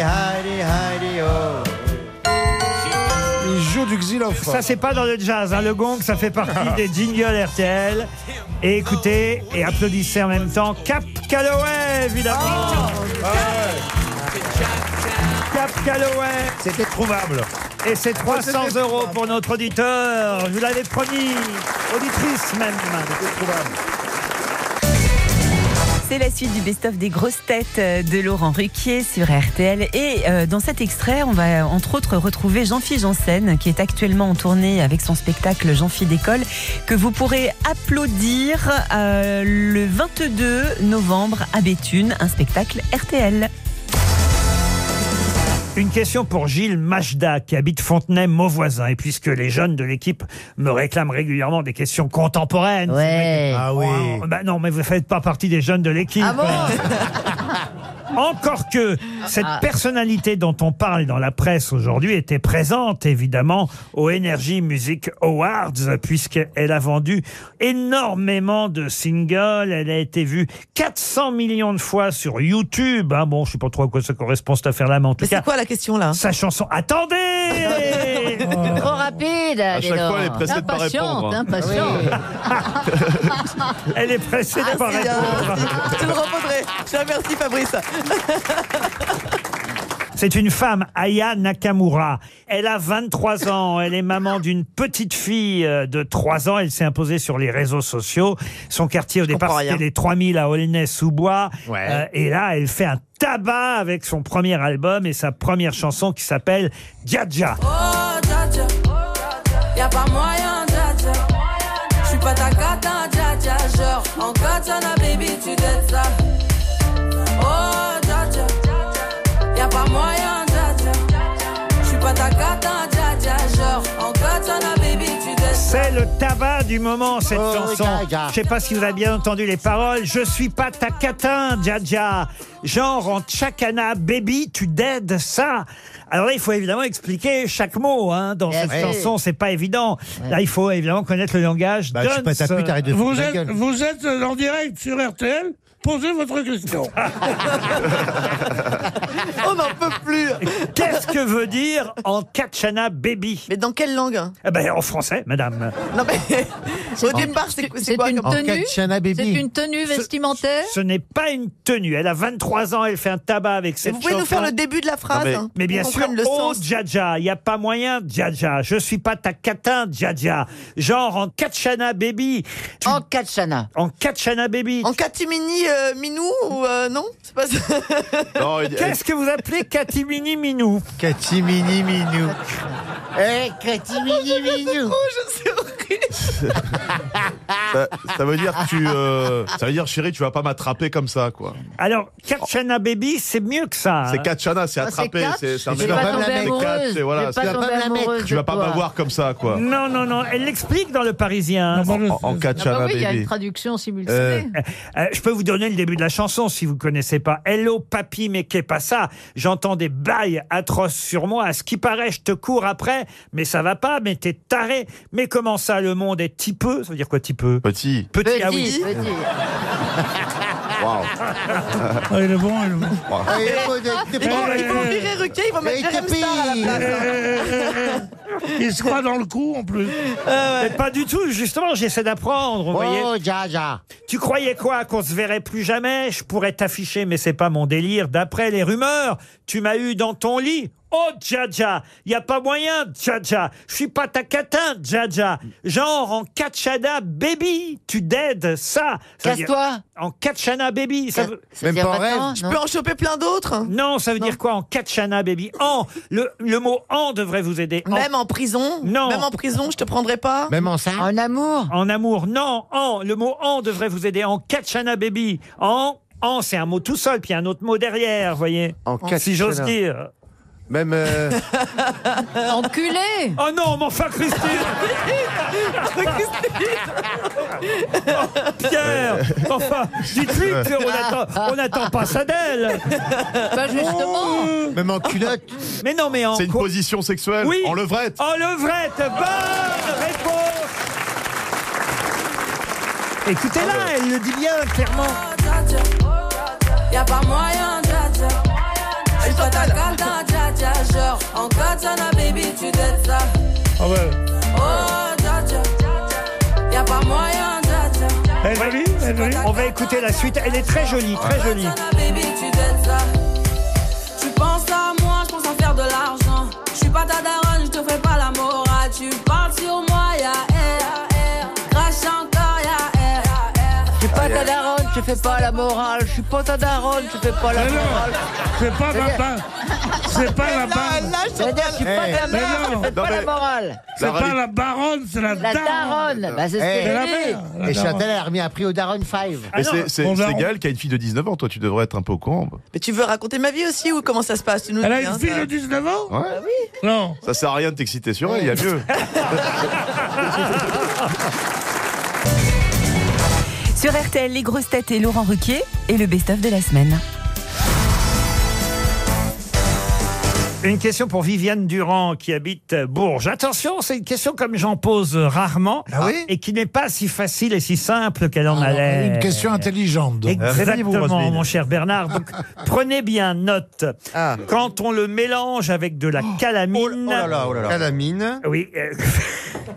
Heidi, Heidi, oh. Il joue du xylophone. Ça, c'est pas dans le jazz. hein. Le gong, ça fait partie des jingles RTL. Et écoutez et applaudissez en même temps Cap Calloway, évidemment. Oh. Ah, Cap Calloway. C'était trouvable. Oh, Et c'est 300 euros pour notre auditeur. Je vous l'avais promis. Auditrice même. C'était trouvable. C'est la suite du best-of des grosses têtes euh, de Laurent Ruquier sur RTL. Et euh, dans cet extrait, on va euh, entre autres retrouver Jean-Philippe Janssen, qui est actuellement en tournée avec son spectacle Jean-Philippe d'école, que vous pourrez applaudir euh, le 22 novembre à Béthune, un spectacle RTL. Une question pour Gilles Majda qui habite Fontenay, Mauvoisin. Et puisque les jeunes de l'équipe me réclament régulièrement des questions contemporaines. Ouais. Ah oui. bah non, mais vous ne faites pas partie des jeunes de l'équipe. Ah Encore que cette Ah. personnalité dont on parle dans la presse aujourd'hui était présente évidemment aux Energy Music Awards puisqu'elle a vendu énormément de singles. Elle a été vue 400 millions de fois sur YouTube. hein. bon, je sais pas trop à quoi ça correspond cette affaire-là, mais en tout cas. c'est quoi la question là Sa chanson. Attendez Trop rapide À chaque fois, elle est pressée de pas répondre. hein. Elle est pressée de pas répondre. Ah, Je le reprendrai. Je te remercie Fabrice. C'est une femme, Aya Nakamura. Elle a 23 ans. Elle est maman d'une petite fille euh, de 3 ans. Elle s'est imposée sur les réseaux sociaux. Son quartier, au départ, comprends rien. c'était les 3000 à Aulnay-sous-Bois. Euh, Ouais. et là, elle fait un tabac avec son premier album et sa première chanson qui s'appelle Djadja. Oh Dja Y'a pas moyen Dja Dja J'suis pas ta cata Dja Dja Genre en katana baby tu dettes ça Oh Dja Dja Y'a pas moyen Dja Dja J'suis pas ta cata Dja Dja Genre en katana baby tu dettes ça C'est le tabac du moment, cette Oh, chanson. gaga. Je sais pas si vous avez bien entendu les paroles. Je suis pas ta catin, Dja Dja. Genre en chacana, baby, tu dead ça. Alors là, il faut évidemment expliquer chaque mot hein, dans cette Eh oui. chanson. C'est pas évident. Là, il faut évidemment connaître le langage. Bah, je suis pas ta pute, arrête de vous foutre la gueule. Vous êtes en direct sur RTL, posez votre question. On n'en peut plus Qu'est-ce que veut dire en Katchana baby Mais dans quelle langue hein Eh ben, en français, madame. Non mais au départ c'est c'est quoi une comme- tenue Katchana baby. C'est une tenue vestimentaire Ah Ce n'est pas une tenue. Elle a 23 ans, elle fait un tabac avec cette Vous pouvez nous chanson. faire le début de la phrase mais, hein, mais bien qu'on sûr, comprenne le oh sens. Djadja, il n'y a pas moyen Djadja, je suis pas ta catin Djadja. Genre en Katchana baby. En Katchana. En Katchana baby. En catimini euh, minou ou euh, non C'est pas ça. Qu'est-ce que vous appelez Katimini Minou Katimini Minou. Eh, catimini Oh, minou. ça, Bah, ça veut dire que tu, euh, ça veut dire chérie, tu vas pas m'attraper comme ça, quoi. Alors, Katchana baby, c'est mieux que ça. C'est Katchana, c'est Ah, c'est attraper, catch. c'est c'est un Je vais pas mélange. tomber C'est catch, amoureuse, c'est voilà, je vais pas c'est- tomber amoureuse Tu de vas pas toi. m'avoir comme ça, quoi. Non, non, non, elle l'explique dans Le Parisien. hein. En- en Katchana Ah bah oui, il y a une baby. traduction Euh, simultanée. euh, je peux vous donner le début de la chanson si vous connaissez pas. Hello papy, mais qu'est pas ça J'entends des bails atroces sur moi. À ce qui paraît, je te cours après, mais ça va pas. Mais t'es taré. Mais comment ça, le monde est petit peu Ça veut dire quoi, petit peu Petit. Petit. ah oui. Ah, il est bon, Ah, il est bon. Eh, Ils vont- ils vont virer Ruquier, ils vont mettre Jérém Star à la place. Il se croit dans le coup en plus. Ah Mais Pas du tout, justement, j'essaie d'apprendre. Oh, vous voyez. Tu croyais quoi qu'on se verrait plus jamais Je pourrais t'afficher, mais c'est pas mon délire. D'après les rumeurs, tu m'as eu dans ton lit. Oh, Djadja, y a pas moyen, Djadja. Je suis pas ta catin, Djadja. Genre en Katchana baby, tu dead ça. Ça veut dire- Casse-toi. En Katchana baby, ça, Ça- veut- ça veut Même dire pas en va-t'en, rêve. Je non peux en choper plein d'autres. Non, ça veut dire quoi en Katchana baby En, le, le mot en devrait vous aider. En- Même en prison Non. Même en prison, je te prendrai pas même en ça En amour. En amour, non. En, le mot en devrait vous aider. En Katchana baby. En, en, c'est un mot tout seul, puis un autre mot derrière, voyez. En Si j'ose Katchana. dire. Même. euh, Enculé Oh non, mon enfin Christine Oh, Pierre Enfin, dites-lui qu'on attend, on n'attend pas ça d'elle Bah, Bah, Oh. Pas justement Même en culotte. Mais non, mais en. C'est une position sexuelle. Oui. En levrette. En levrette Bonne réponse Écoutez-la, elle le dit bien, clairement Y'a pas moyen, Dja Dja. Toi t'as qu'à t'en dja dja, genre en katana baby tu dettes ça. Ah ouais. Oh dja dja, y'a pas moyen dja dja. Elle est jolie, elle est jolie. On va écouter la suite. Elle est très jolie, très jolie. Katana baby tu dettes ça. Tu penses à moi, je pense à faire de l'argent. Je suis pas ta daronne, je te fais pas la morale. Tu parles sur moi, y'a air. Crache encore, y'a air. Je suis pas ta daronne, je fais pas la morale. Je suis pas ta daronne, je fais pas la Mais non, morale. c'est pas ma C'est-à-dire- part. C'est pas la baronne. C'est-à-dire, je suis pas ta Mais mère, je non. fais pas la morale. C'est pas la baronne, c'est la La daronne, bah, c'est ce Eh, que la j'ai dit. mère. Et Chantal a remis un prix au Daron 5. Mais c'est- c'est c'est Gaël qui a une fille de 19 ans, toi tu devrais être un peu au courant. Mais tu veux raconter ma vie aussi ou comment ça se passe Tu nous Elle a dis, hein, une fille ça. de 19 ans Ouais. Ah Non. Ça sert à rien de t'exciter sur elle, il y a mieux. Sur RTL, les grosses têtes et Laurent Ruquier et le best-of de la semaine. Une question pour Viviane Durand qui habite Bourges. Attention, c'est une question comme j'en pose rarement Ah et qui n'est pas si facile et si simple qu'elle en a l'air. Une question intelligente. donc. Exactement, mon cher Bernard. Donc, prenez bien note. Quand on le mélange avec de la calamine. Ah. oh là là, oh là là. Calamine. Oui. euh,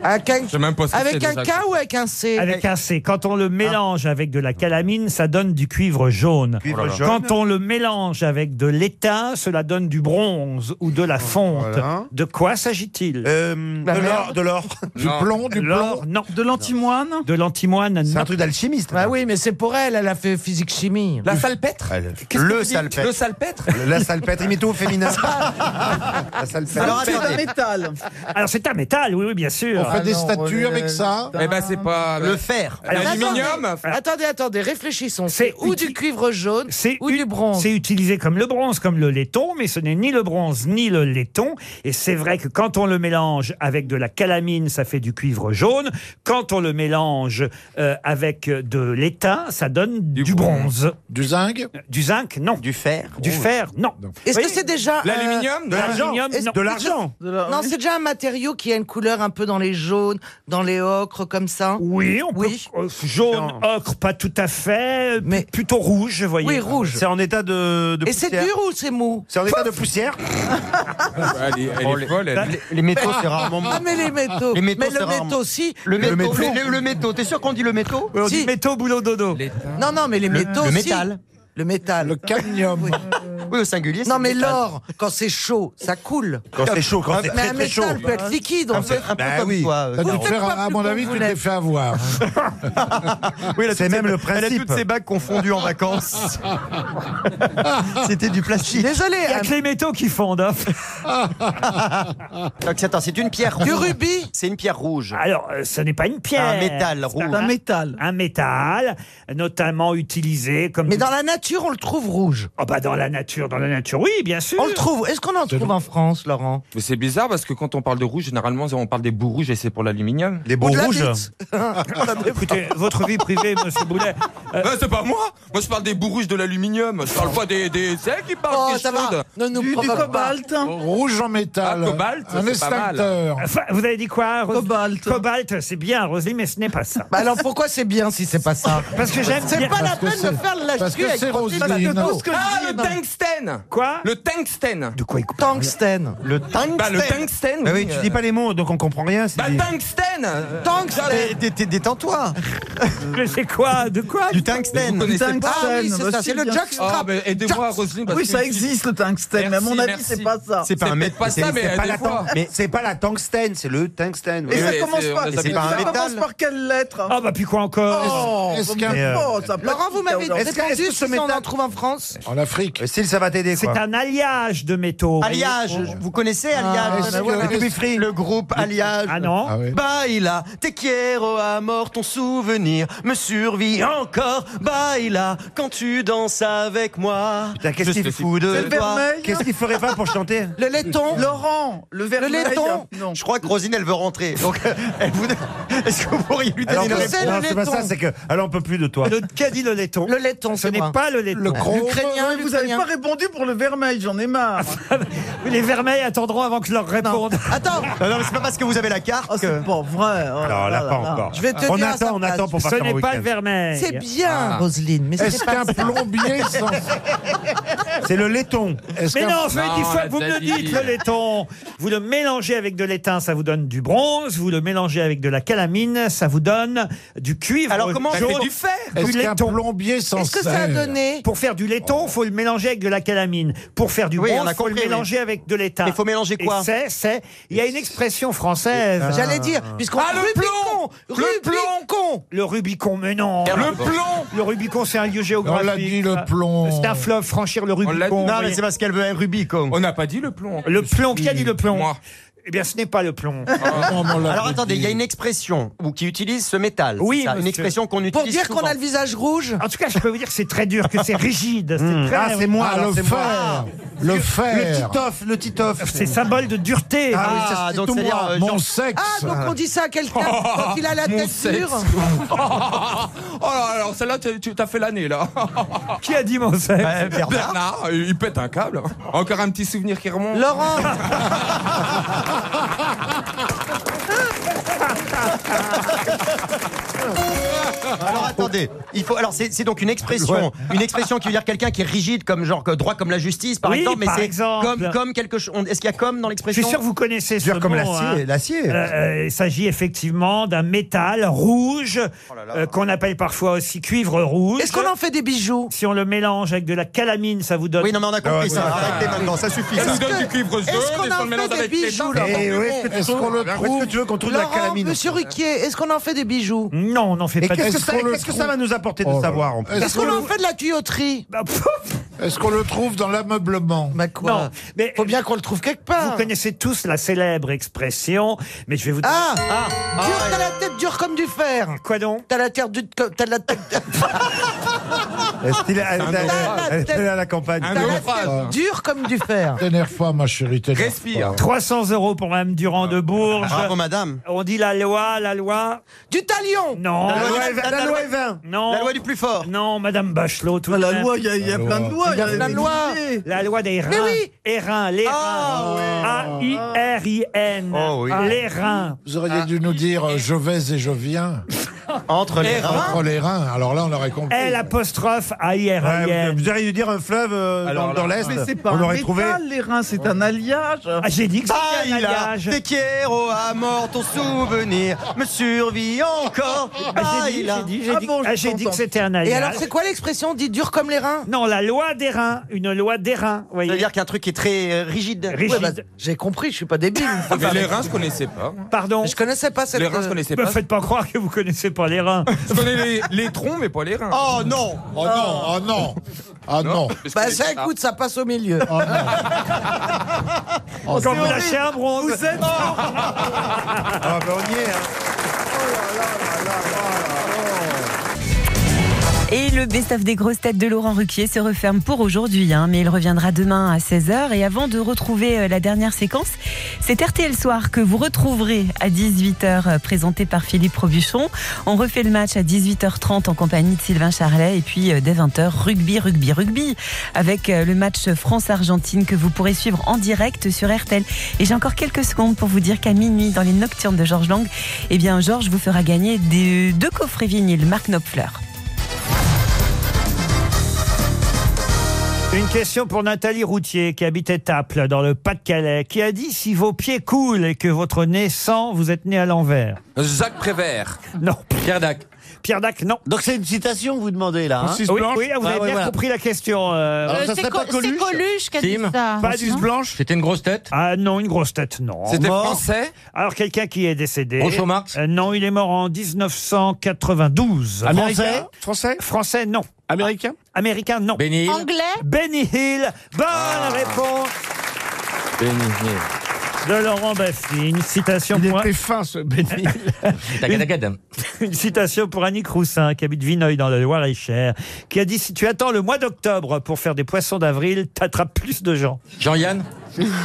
Avec un K ou avec un C Avec un C. Quand on le mélange avec de la calamine, ça donne du cuivre jaune. Cuivre Oh là là. jaune. Quand on le mélange avec de l'étain, cela donne du bronze ou de la fonte. De quoi s'agit-il de l'or, de l'or. Du plomb, du plomb. Non. De l'antimoine De l'antimoine, non. C'est un truc d'alchimiste. Bah oui, mais c'est pour elle, elle a fait physique chimie. La salpêtre Le salpêtre. Le salpêtre La salpêtre, il met tout au féminin. La salpêtre. Alors, C'est attendez. métal. Alors c'est un métal, oui, oui, bien sûr. On fait des statues avec ça Eh ben, c'est pas- Ah, Le fer. Alors, Attendez, attendez, attendez, réfléchissons. C'est ou du cuivre jaune C'est ou du bronze. C'est utilisé comme le bronze, comme le laiton, mais ce n'est ni le bronze ni le laiton. Et c'est vrai que quand on le mélange avec de la calamine, ça fait du cuivre jaune. Quand on le mélange euh, avec de l'étain, ça donne du, bronze. Du zinc Du zinc, non. Du fer Du fer, non. Est-ce Oui. que c'est déjà. euh, De l'argent est-ce- non. Non, c'est déjà un matériau qui a une couleur un peu dans les jaunes, dans les ocres, comme ça. Oui, on peut. euh, jaune, ocre, pas tout à fait, mais plutôt rouge, vous voyez. Oui, rouge. C'est en état de, Et c'est dur ou c'est mou en état de poussière. Elle est, elle est folle, elle. Ah, mais les métaux. Les métaux, mais c'est le rarement- métaux, si. Le métaux, métaux. le, le métaux. T'es sûr qu'on dit le métaux on dit Si. métaux, boulot, dodo. Non, non, mais les Le- métaux. le si. métal. Le métal. Le cadmium. Oui, au singulier. Non, c'est mais le métal. l'or, quand c'est chaud, ça coule. Quand c'est chaud, quand Un- c'est Mais très, un très chaud. métal peut être liquide. Un on peu- peut- Ah, un peu comme toi. euh, T'as dû te Laurent. faire, à mon avis, tu t'es fait avoir. Oui, elle a C'est toutes ses- même le Elle a principe. toutes ses bagues confondues en vacances. C'était du plastique. Désolé. Il y a que les métaux qui fondent. hein. Donc, attends, c'est une pierre rouge. Du rubis C'est une pierre rouge. Alors, euh, ce n'est pas une pierre. Un métal C'est rouge. Un, métal. Un métal, notamment utilisé comme. Mais dans la nature, on le trouve rouge. Ah bah dans la nature, dans la nature, oui, bien sûr. On le trouve. Est-ce qu'on en trouve en France, Laurent Mais c'est bizarre parce que quand on parle de rouge, généralement on parle des bouts rouges et c'est pour l'aluminium. Les bouts Ou de la rouges bite. Écoutez, votre vie privée, monsieur Boulet. euh, Ben, c'est pas moi Moi je parle des bouts rouges de l'aluminium. Je parle pas des. des... C'est elle qui parle Oh, qui ça chaude. va. Ne nous provoque pas. Rouge en métal. Ah, cobalt, un c'est pas mal. extincteur. Enfin, vous avez dit quoi Cobalt. Cobalt, c'est bien, Roselyne, mais ce n'est pas ça. Bah alors pourquoi c'est bien si c'est pas ça Parce que j'aime C'est bien- pas la parce que peine de c'est- faire la parce que c'est Roselyne. Ah, le tungstène Quoi Le tungstène De quoi il coupe Tungstène. Le tungstène. Bah, le tungstène, Bah oui, oui, tu euh. dis pas les mots, donc on comprend rien. c'est Bah, dit. tungstène Tungstène. Détends-toi. Que c'est quoi De quoi Du tungstène. Vous connaissez pas Ah oui, c'est ça, c'est le Ah, jockstrap. mais aidez-moi, Roselyne. parce Oui, que- ça existe le tungstène, mais à mon Merci, avis, c'est merci. pas ça. C'est pas un peut-être métal. pas ça, mais C'est des pas, la fois. tang- mais c'est pas la tungstène, c'est le tungstène. Et oui. ça mais commence c'est- on par, les a pas un ça métal. commence par quelle lettre Ah bah puis quoi encore Oh, Est-ce qu'un- mais bon, ça Laurent, vous m'avez Est-ce que- répondu est-ce que si ce on en métal- trouve en France En Afrique. Euh, Syl, ça va t'aider C'est quoi. un alliage de métaux. Oh. Alliage. Vous connaissez Alliage est-ce que- Le Tubi Free. Le groupe Alliage. Ah non Ah oui. Baila, te quiero amor, ton souvenir me survit encore. Baila, quand tu danses avec moi. Putain, qu'est-ce je qu'il suis fout fou C'est de le toi. vermeil Qu'est-ce qu'il ferait pas pour chanter Le laiton Laurent, le verre Le laiton. Non. Je crois que Rosine, elle veut rentrer. Donc, elle vous- est-ce que vous pourriez lui Alors, donner que une réponse c'est le non, c'est pas laiton. ça, c'est que. Alors, on peut plus de toi. Le, qu'a dit le laiton Le laiton, Ce c'est n'est moi. pas le laiton. Le chrome. L'Ukrainien, Vous avez l'Ukrainien. pas répondu pour le vermeil, j'en ai marre. Ah, les vermeils attendront avant que je leur réponde. Attends Non, non, mais c'est pas parce que vous avez la carte. Oh, c'est pas vrai. Oh là là là. Je vais te dire à sa place. Ce n'est pas le vermeil. C'est bien, Ah. Roselyne. Mais Est-ce c'était pas qu'un ça. plombier sans- C'est le laiton. Est-ce Mais qu'un- non, Feuille, il Non, faut- la vous me le dadille. dites, le laiton. Vous le mélangez avec de l'étain, ça vous donne du bronze. Vous le mélangez avec de la calamine, ça vous donne du cuivre. Alors comment on jaune. fait du fer Du Est-ce qu'un laiton. plombier s'en Est-ce que ça a sert donné Pour faire du laiton, faut le mélanger avec de la calamine. Pour faire du Oh. Oui, on bronze, a faut le compris, mélanger oui. avec de l'étain. Mais faut mélanger Et quoi C'est, c'est. Il y a une expression française. J'allais dire, puisqu'on Ah, le plomb Rubicon con Le Rubicon, mais non Le plomb Le Rubicon, c'est un lieu géographique. On l'a dit, le plomb. C'est un fleuve, franchir le Rubicon. vous Non, mais voyez. c'est parce qu'elle veut un Rubicon. On n'a pas dit le plomb. Le plomb, qui a dit le plomb Eh bien, ce n'est pas le plomb. Ah. Oh, Oh, Alors attendez, il y a une expression ou qui utilise ce métal. Oui, c'est ça une monsieur. expression qu'on utilise. souvent. visage rouge En tout cas, je peux vous dire que c'est très dur, que c'est rigide. Hmm. très- Ah, c'est moi, Ah, le fer Le fer titoff, le titoff. C'est symbole de dureté. Ah oui, ça, c'est tout moi. euh, Mon sexe Ah, donc on dit ça à quelqu'un quand il a la Oh, Mon tête sexe. dure. oh là, alors celle-là, t'as- tu t'as fait l'année là. Qui a dit mon sexe Bernard. il pète un câble. Encore un petit souvenir qui remonte. Laurent Alors attendez, il faut. Alors c'est c'est donc une expression, une expression qui veut dire quelqu'un qui est rigide comme genre que droit comme la justice par Oui, exemple, mais par c'est exemple. comme comme quelque chose. on- Est-ce qu'il y a comme dans Je l'expression suis sûr que vous connaissez ce Dur comme mot, l'acier, hein. l'acier. Euh, euh, il s'agit effectivement d'un métal rouge Oh euh, qu'on appelle parfois aussi cuivre rouge. Est-ce qu'on en fait des bijoux Si on le mélange avec de la calamine, ça vous donne. Oui, non, mais on a compris ça. Arrêtez maintenant, ça suffit. ça. Est-ce qu'on en fait des bijoux, Laurent Est-ce qu'on le trouve Est-ce que tu veux qu'on trouve de la Laurent, calamine Monsieur Ruquier, est-ce qu'on en fait des bijoux Non, on n'en fait Et pas. qu'est-ce que Est-ce ça- qu'on le qu'est-ce que trouve ça va nous apporter de Oh là savoir en là. plus Est-ce Est-ce qu'on en fait de la tuyauterie Bah, pff, Est-ce qu'on le trouve dans l'ameublement Bah Non, quoi mais Faut bien qu'on le trouve quelque part. vous connaissez tous la célèbre expression, mais je vais vous dire. Ah, Dur, t'as la tête dure comme du fer. Quoi donc T'as la tête dure, t'as la tête, Est-ce qu'il est- Un elle- elle- naufrage. elle est à la campagne t'as la tête dure comme du fer. T'énerve pas, ma chérie. t'énerve pas. 300 euros pour Mme Durand de Bourges. Bravo madame. On dit la loi, la loi. Du talion. Non. La loi est- la la- la- loi est vain. Non. La loi du plus fort. Non, Madame Bachelot, tout Ah, de La même. loi, il y a, il y a plein de lois. Il y a plein de des lois. milliers. La loi des reins. Mais oui Ah. Les reins, les reins. A-I-R-I-N. Oh oui. Ah, Les reins. Ah. Vous auriez dû nous dire euh, je vais et je viens Entre les reins. entre les reins. Alors là, on aurait compris. L apostrophe A-I-R-I-N. Ouais, vous, vous auriez dû dire un fleuve euh, dans, dans l'Est. Mais c'est pas On un aurait trouvé. métal, les reins, c'est un alliage. Ah, j'ai dit que Ah, c'était un il a alliage. des Pierrot à mort, ton souvenir me survit encore. Ah, Ah, J'ai dit, il j'ai a. dit, j'ai Ah dit- bon, je ah, j'ai dit que t'entends. c'était un alliage. Et alors, c'est quoi l'expression dit dur comme les reins Non, la loi des reins. Une loi des reins. vous Ça veut voyez. dire qu'un truc qui est très euh, rigide. Ah, Rigide. Ouais, bah, J'ai compris, je suis pas débile. Mais les reins, je connaissais pas. moi. Pardon. Je connaissais pas cette. Les reins, je euh, connaissais Ne me pas. faites pas croire que vous connaissez pas les reins. Je connais les, les troncs, mais pas les reins. Oh non Oh non, oh non, ah non. mais je Bah connais ça, pas. écoute, ça passe au milieu. Quand vous lâchez un bronze. Ah, bah, on y est, hein. Et le best-of des grosses têtes de Laurent Ruquier se referme pour aujourd'hui, hein, mais il reviendra demain à 16h. Et avant de retrouver euh, la dernière séquence, c'est RTL Soir que vous retrouverez à 18h, euh, présenté par Philippe Robuchon. On refait le match à 18h30 en compagnie de Sylvain Charlet. Et puis euh, dès 20h, rugby, rugby, rugby, avec euh, le match France-Argentine que vous pourrez suivre en direct sur RTL. Et j'ai encore quelques secondes pour vous dire qu'à minuit, dans les nocturnes de Georges Lang, eh bien, Georges vous fera gagner des, deux coffrets vinyles Marc Knopfler. Une question pour Nathalie Routier qui habitait Taples dans le Pas-de-Calais qui a dit si vos pieds coulent et que votre nez sent, vous êtes né à l'envers. Jacques Prévert. Non, Pierre Dac. Pierre Dac, non. Donc c'est une citation que vous demandez là. hein Francis Oui, Blanche oui, vous avez Ah, ouais, bien voilà. compris la question. euh, Alors, Euh, ça c'est serait Co- pas Coluche C'est Coluche qui a dit Kim. ça. Pas Non du Blanche. C'était une grosse tête. Ah non, une grosse tête, non. C'était Mort. français. Alors quelqu'un qui est décédé. Groucho Marx Euh, Non, il est mort en 1992. Américain Euh, Français Français, non. Américain Américain, non. Béni. Anglais Benny Hill. Bonne Ah. réponse de Laurent Baffy. Une citation Il pour était fin ce Benny. Une citation pour Annick Roussin, qui habite Vineuil dans le Loir-et-Cher, qui a dit Si tu attends le mois d'octobre pour faire des poissons d'avril, t'attrapes plus de gens. Jean-Yann.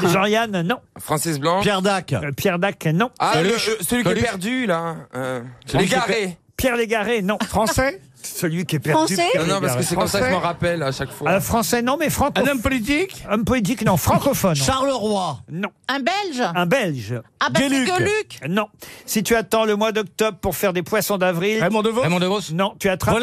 Jean-Yann, non. Francis Blanc. Pierre Dac. Euh, Pierre Dac, non. Ah, le- Coluche. euh, celui qui est Coluche. perdu, là. Euh, Légaré. Pierre Légaré, non. Français Celui qui est perdu. Français depuis Non, non, parce que c'est comme ça que je m'en Français rappelle à chaque fois. Euh, français, non, mais francophone. Un homme politique Homme politique, non, francophone. Roy. Non. Un Belge Un Belge. Ah, bah, c'est Gueluc. Gueluc. Non. Si tu attends le mois d'octobre pour faire des poissons d'avril. Raymond DeVos Raymond Non, tu attrapes.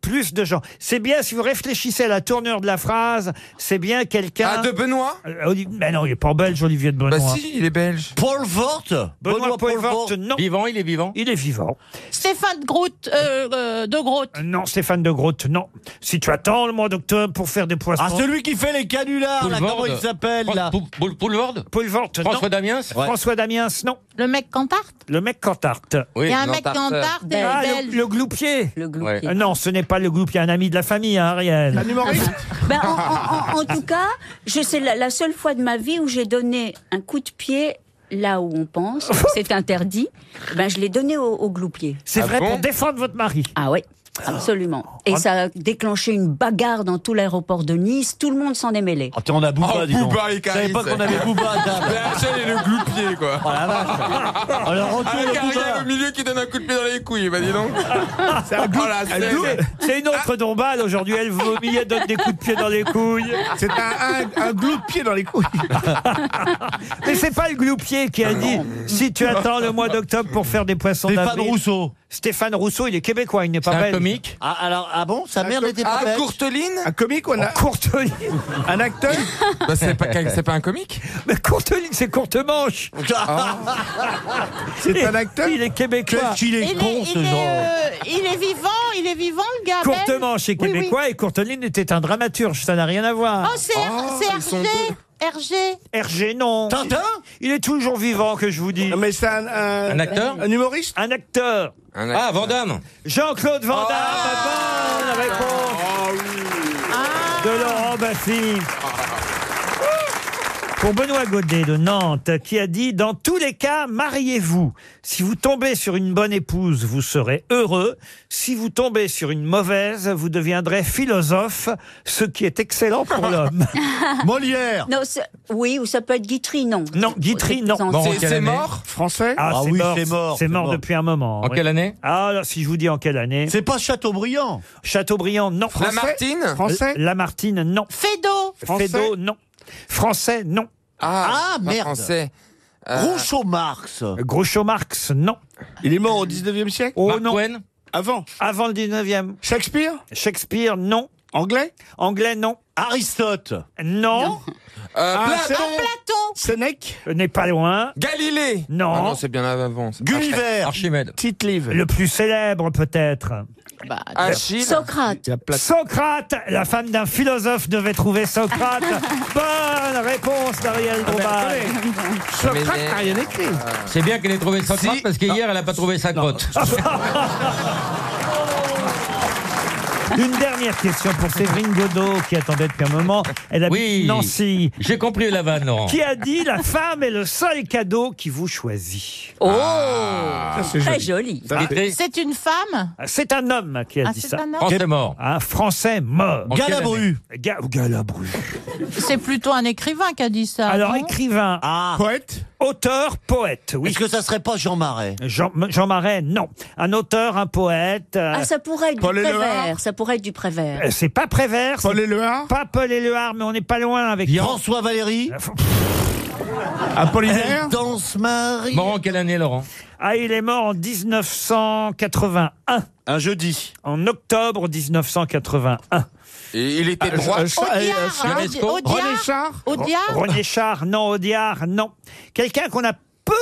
Plus de gens. C'est bien, si vous réfléchissez à la tournure de la phrase, c'est bien quelqu'un. Ah, de Benoît Euh, Oli- Mais non, il est pas belge, Olivier de Benoît. Bah si, il est belge. Paul Vorte Benoît, Paul Vorte, non. Vivant, il est vivant Il est vivant. Stéphane Groot, euh, euh, de Groot. Non, Stéphane de Groot, non. Si tu attends le mois d'octobre pour faire des poissons. Ah, celui qui fait les canulars, là, comment il s'appelle, là Poulvorde Poulvorde, non. François Damiens Ouais. François Damiens, non. Le mec Cantarte Le mec Cantarte. Oui, Il y a un mec Cantarte. Cantarte, il est Ah, le- belge. le, gloupier. gloupier. Euh, Non, ce n'est pas le gloupier, un ami de la famille, hein, Ariel. Un Ben, en, en- en- en tout cas, je c'est la, la seule fois de ma vie où j'ai donné un coup de pied là où on pense, où c'est interdit. Ben, je l'ai donné au, au gloupier. Ah Ah C'est vrai pour défendre votre mari. Ah oui, absolument. Et ça a déclenché une bagarre dans tout l'aéroport de Nice. Tout le monde s'en est Ah, mêlé. Attends, on a Booba, Oh, dis donc. Booba et Je savais Caris. pas qu'on avait Booba à table. Mais Rachel est le gloupier, quoi. Oh la vache. Alors, retour Avec au Ariel Booba. au milieu qui donne un coup de pied dans les couilles, bah dis donc. Oh la Un scène. glou- Ah, C'est une autre dombale aujourd'hui. Elle vomit, elle donne des coups de pied dans les couilles. C'est un- un- un glou de pied dans les couilles. Mais c'est pas le gloupier qui a Ah, dit si tu attends le mois d'octobre pour faire des poissons Stéphane d'avril. Rousseau. Stéphane Rousseau, il est québécois, il n'est pas C'est un belge. comique Ah, alors, ah bon Sa mère n'était pas belge Courteline Un comique ou un, Courteline un acteur Bah, c'est pas, c'est pas un comique Ah. Mais Courteline, c'est courte manche C'est un acteur Il est québécois. Qu'est-ce qu'il est Il est- con, ce il est, genre euh, il est vivant, il est vivant, le gars. belge Courtement chez Oui, oui. Québécois et Courteline était un dramaturge, ça n'a rien à Oh, voir. c'est Ah, R- c'est RG. RG. Hergé, non. Tintin Il est toujours vivant, que je vous dis. Mais c'est un, un- Un acteur Un humoriste Un acteur. Ah, Vandamme Jean-Claude Ah, Van Damme, bonne réponse Ah, de Laurent Baffy. Pour Benoît Godet de Nantes, qui a dit Dans tous les cas, mariez-vous. Si vous tombez sur une bonne épouse, vous serez heureux. Si vous tombez sur une mauvaise, vous deviendrez philosophe, ce qui est excellent pour l'homme. Molière Non, c'est- oui, ou ça peut être Guitry, non. Non, Guitry, C'est non. plus ancien. Français Ah, Ah c'est oui, mort. c'est mort, C'est c'est mort mort. depuis un moment. En oui. quelle année Ah, alors, si je vous dis en quelle année. C'est pas Chateaubriand Chateaubriand, non. Français Lamartine Français Lamartine, non. Fédo. Fédot, non. Français, non. Ah, merde. Français. Groucho-Marx Groucho-Marx, non. Il est mort au 19e siècle Oh non. Avant Avant le 19e. Shakespeare Shakespeare, non. Anglais Anglais, non. Aristote Non. Euh, Euh, Ah, Platon. c'est- Sénèque N'est pas loin. Galilée Non. Ah non, c'est bien avant. ça. Gulliver Archimède. Tite Livre Le plus célèbre, peut-être. Achille. Socrate. Socrate, la femme d'un philosophe devait trouver Socrate. Bonne réponse Ah d'Ariel ben, Dombal. Socrate n'a rien écrit. C'est bien qu'elle ait trouvé Socrate parce qu'hier, elle a pas trouvé sa grotte. Ah, bah, Ah. Une dernière question pour Séverine Godot qui attendait depuis un moment. Elle habite Oui. Oh. Nancy. J'ai compris la vanne, Laurent. Qui a dit la femme est le seul cadeau qui vous choisit Oh Ça, c'est Très joli. joli. Ah. Ça, c'est- C'est une femme C'est un homme qui a Ah, dit c'est ça. un homme Français mort. Un Français mort. En quelle Galabru. Ga- Galabru. C'est plutôt un écrivain qui a dit ça. Alors, non écrivain, Ah. Poète auteur, poète, oui. Est-ce que ça serait pas Jean Marais Jean, Jean Marais, non. Un auteur, un poète. euh, Ah, ça pourrait être Paul du Éluard. Prévert. Ça pourrait être du Prévert. euh, c'est pas Prévert. c'est Paul Éluard Pas Paul Éluard, mais on n'est pas loin avec. François Valéry Euh, Apollinaire Danse Marie Mort en quelle année, Laurent Ah, il est mort en 1981. Un jeudi. En octobre 1981. Et il Ah, était droit. euh, Audiard, hein, Ionesco. Audiard, René Char Audiard. René Char, non. Audiard, non. Quelqu'un qu'on a peu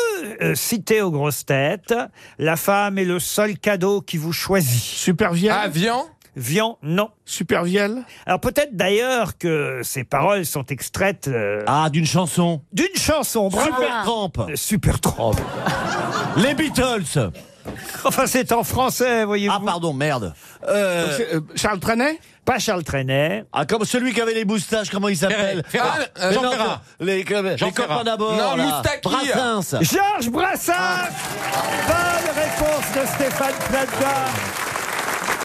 euh, cité aux grosses têtes. La femme est le seul cadeau qui vous choisit. Supervielle Ah, Vian Vian, non. Supervielle Alors peut-être d'ailleurs que ces paroles sont extraites euh, Ah, d'une chanson. d'une chanson. bravo. Euh, Super Tramp. Super trop. Les Beatles. Enfin, c'est en français, voyez-vous. Ah, pardon, merde. Euh, Donc c'est, euh, Charles Trenet Pas Charles Trenet. ah, comme celui qui avait les moustaches, comment il s'appelle Ferrat. Ferrat. Ah, Euh, mais Jean non, Ferrat. Les, les Jean Ferrat. copains d'abord. Non, là. Moustaki. hein. Brassens. Georges Brassens Bonne réponse de Stéphane Plaza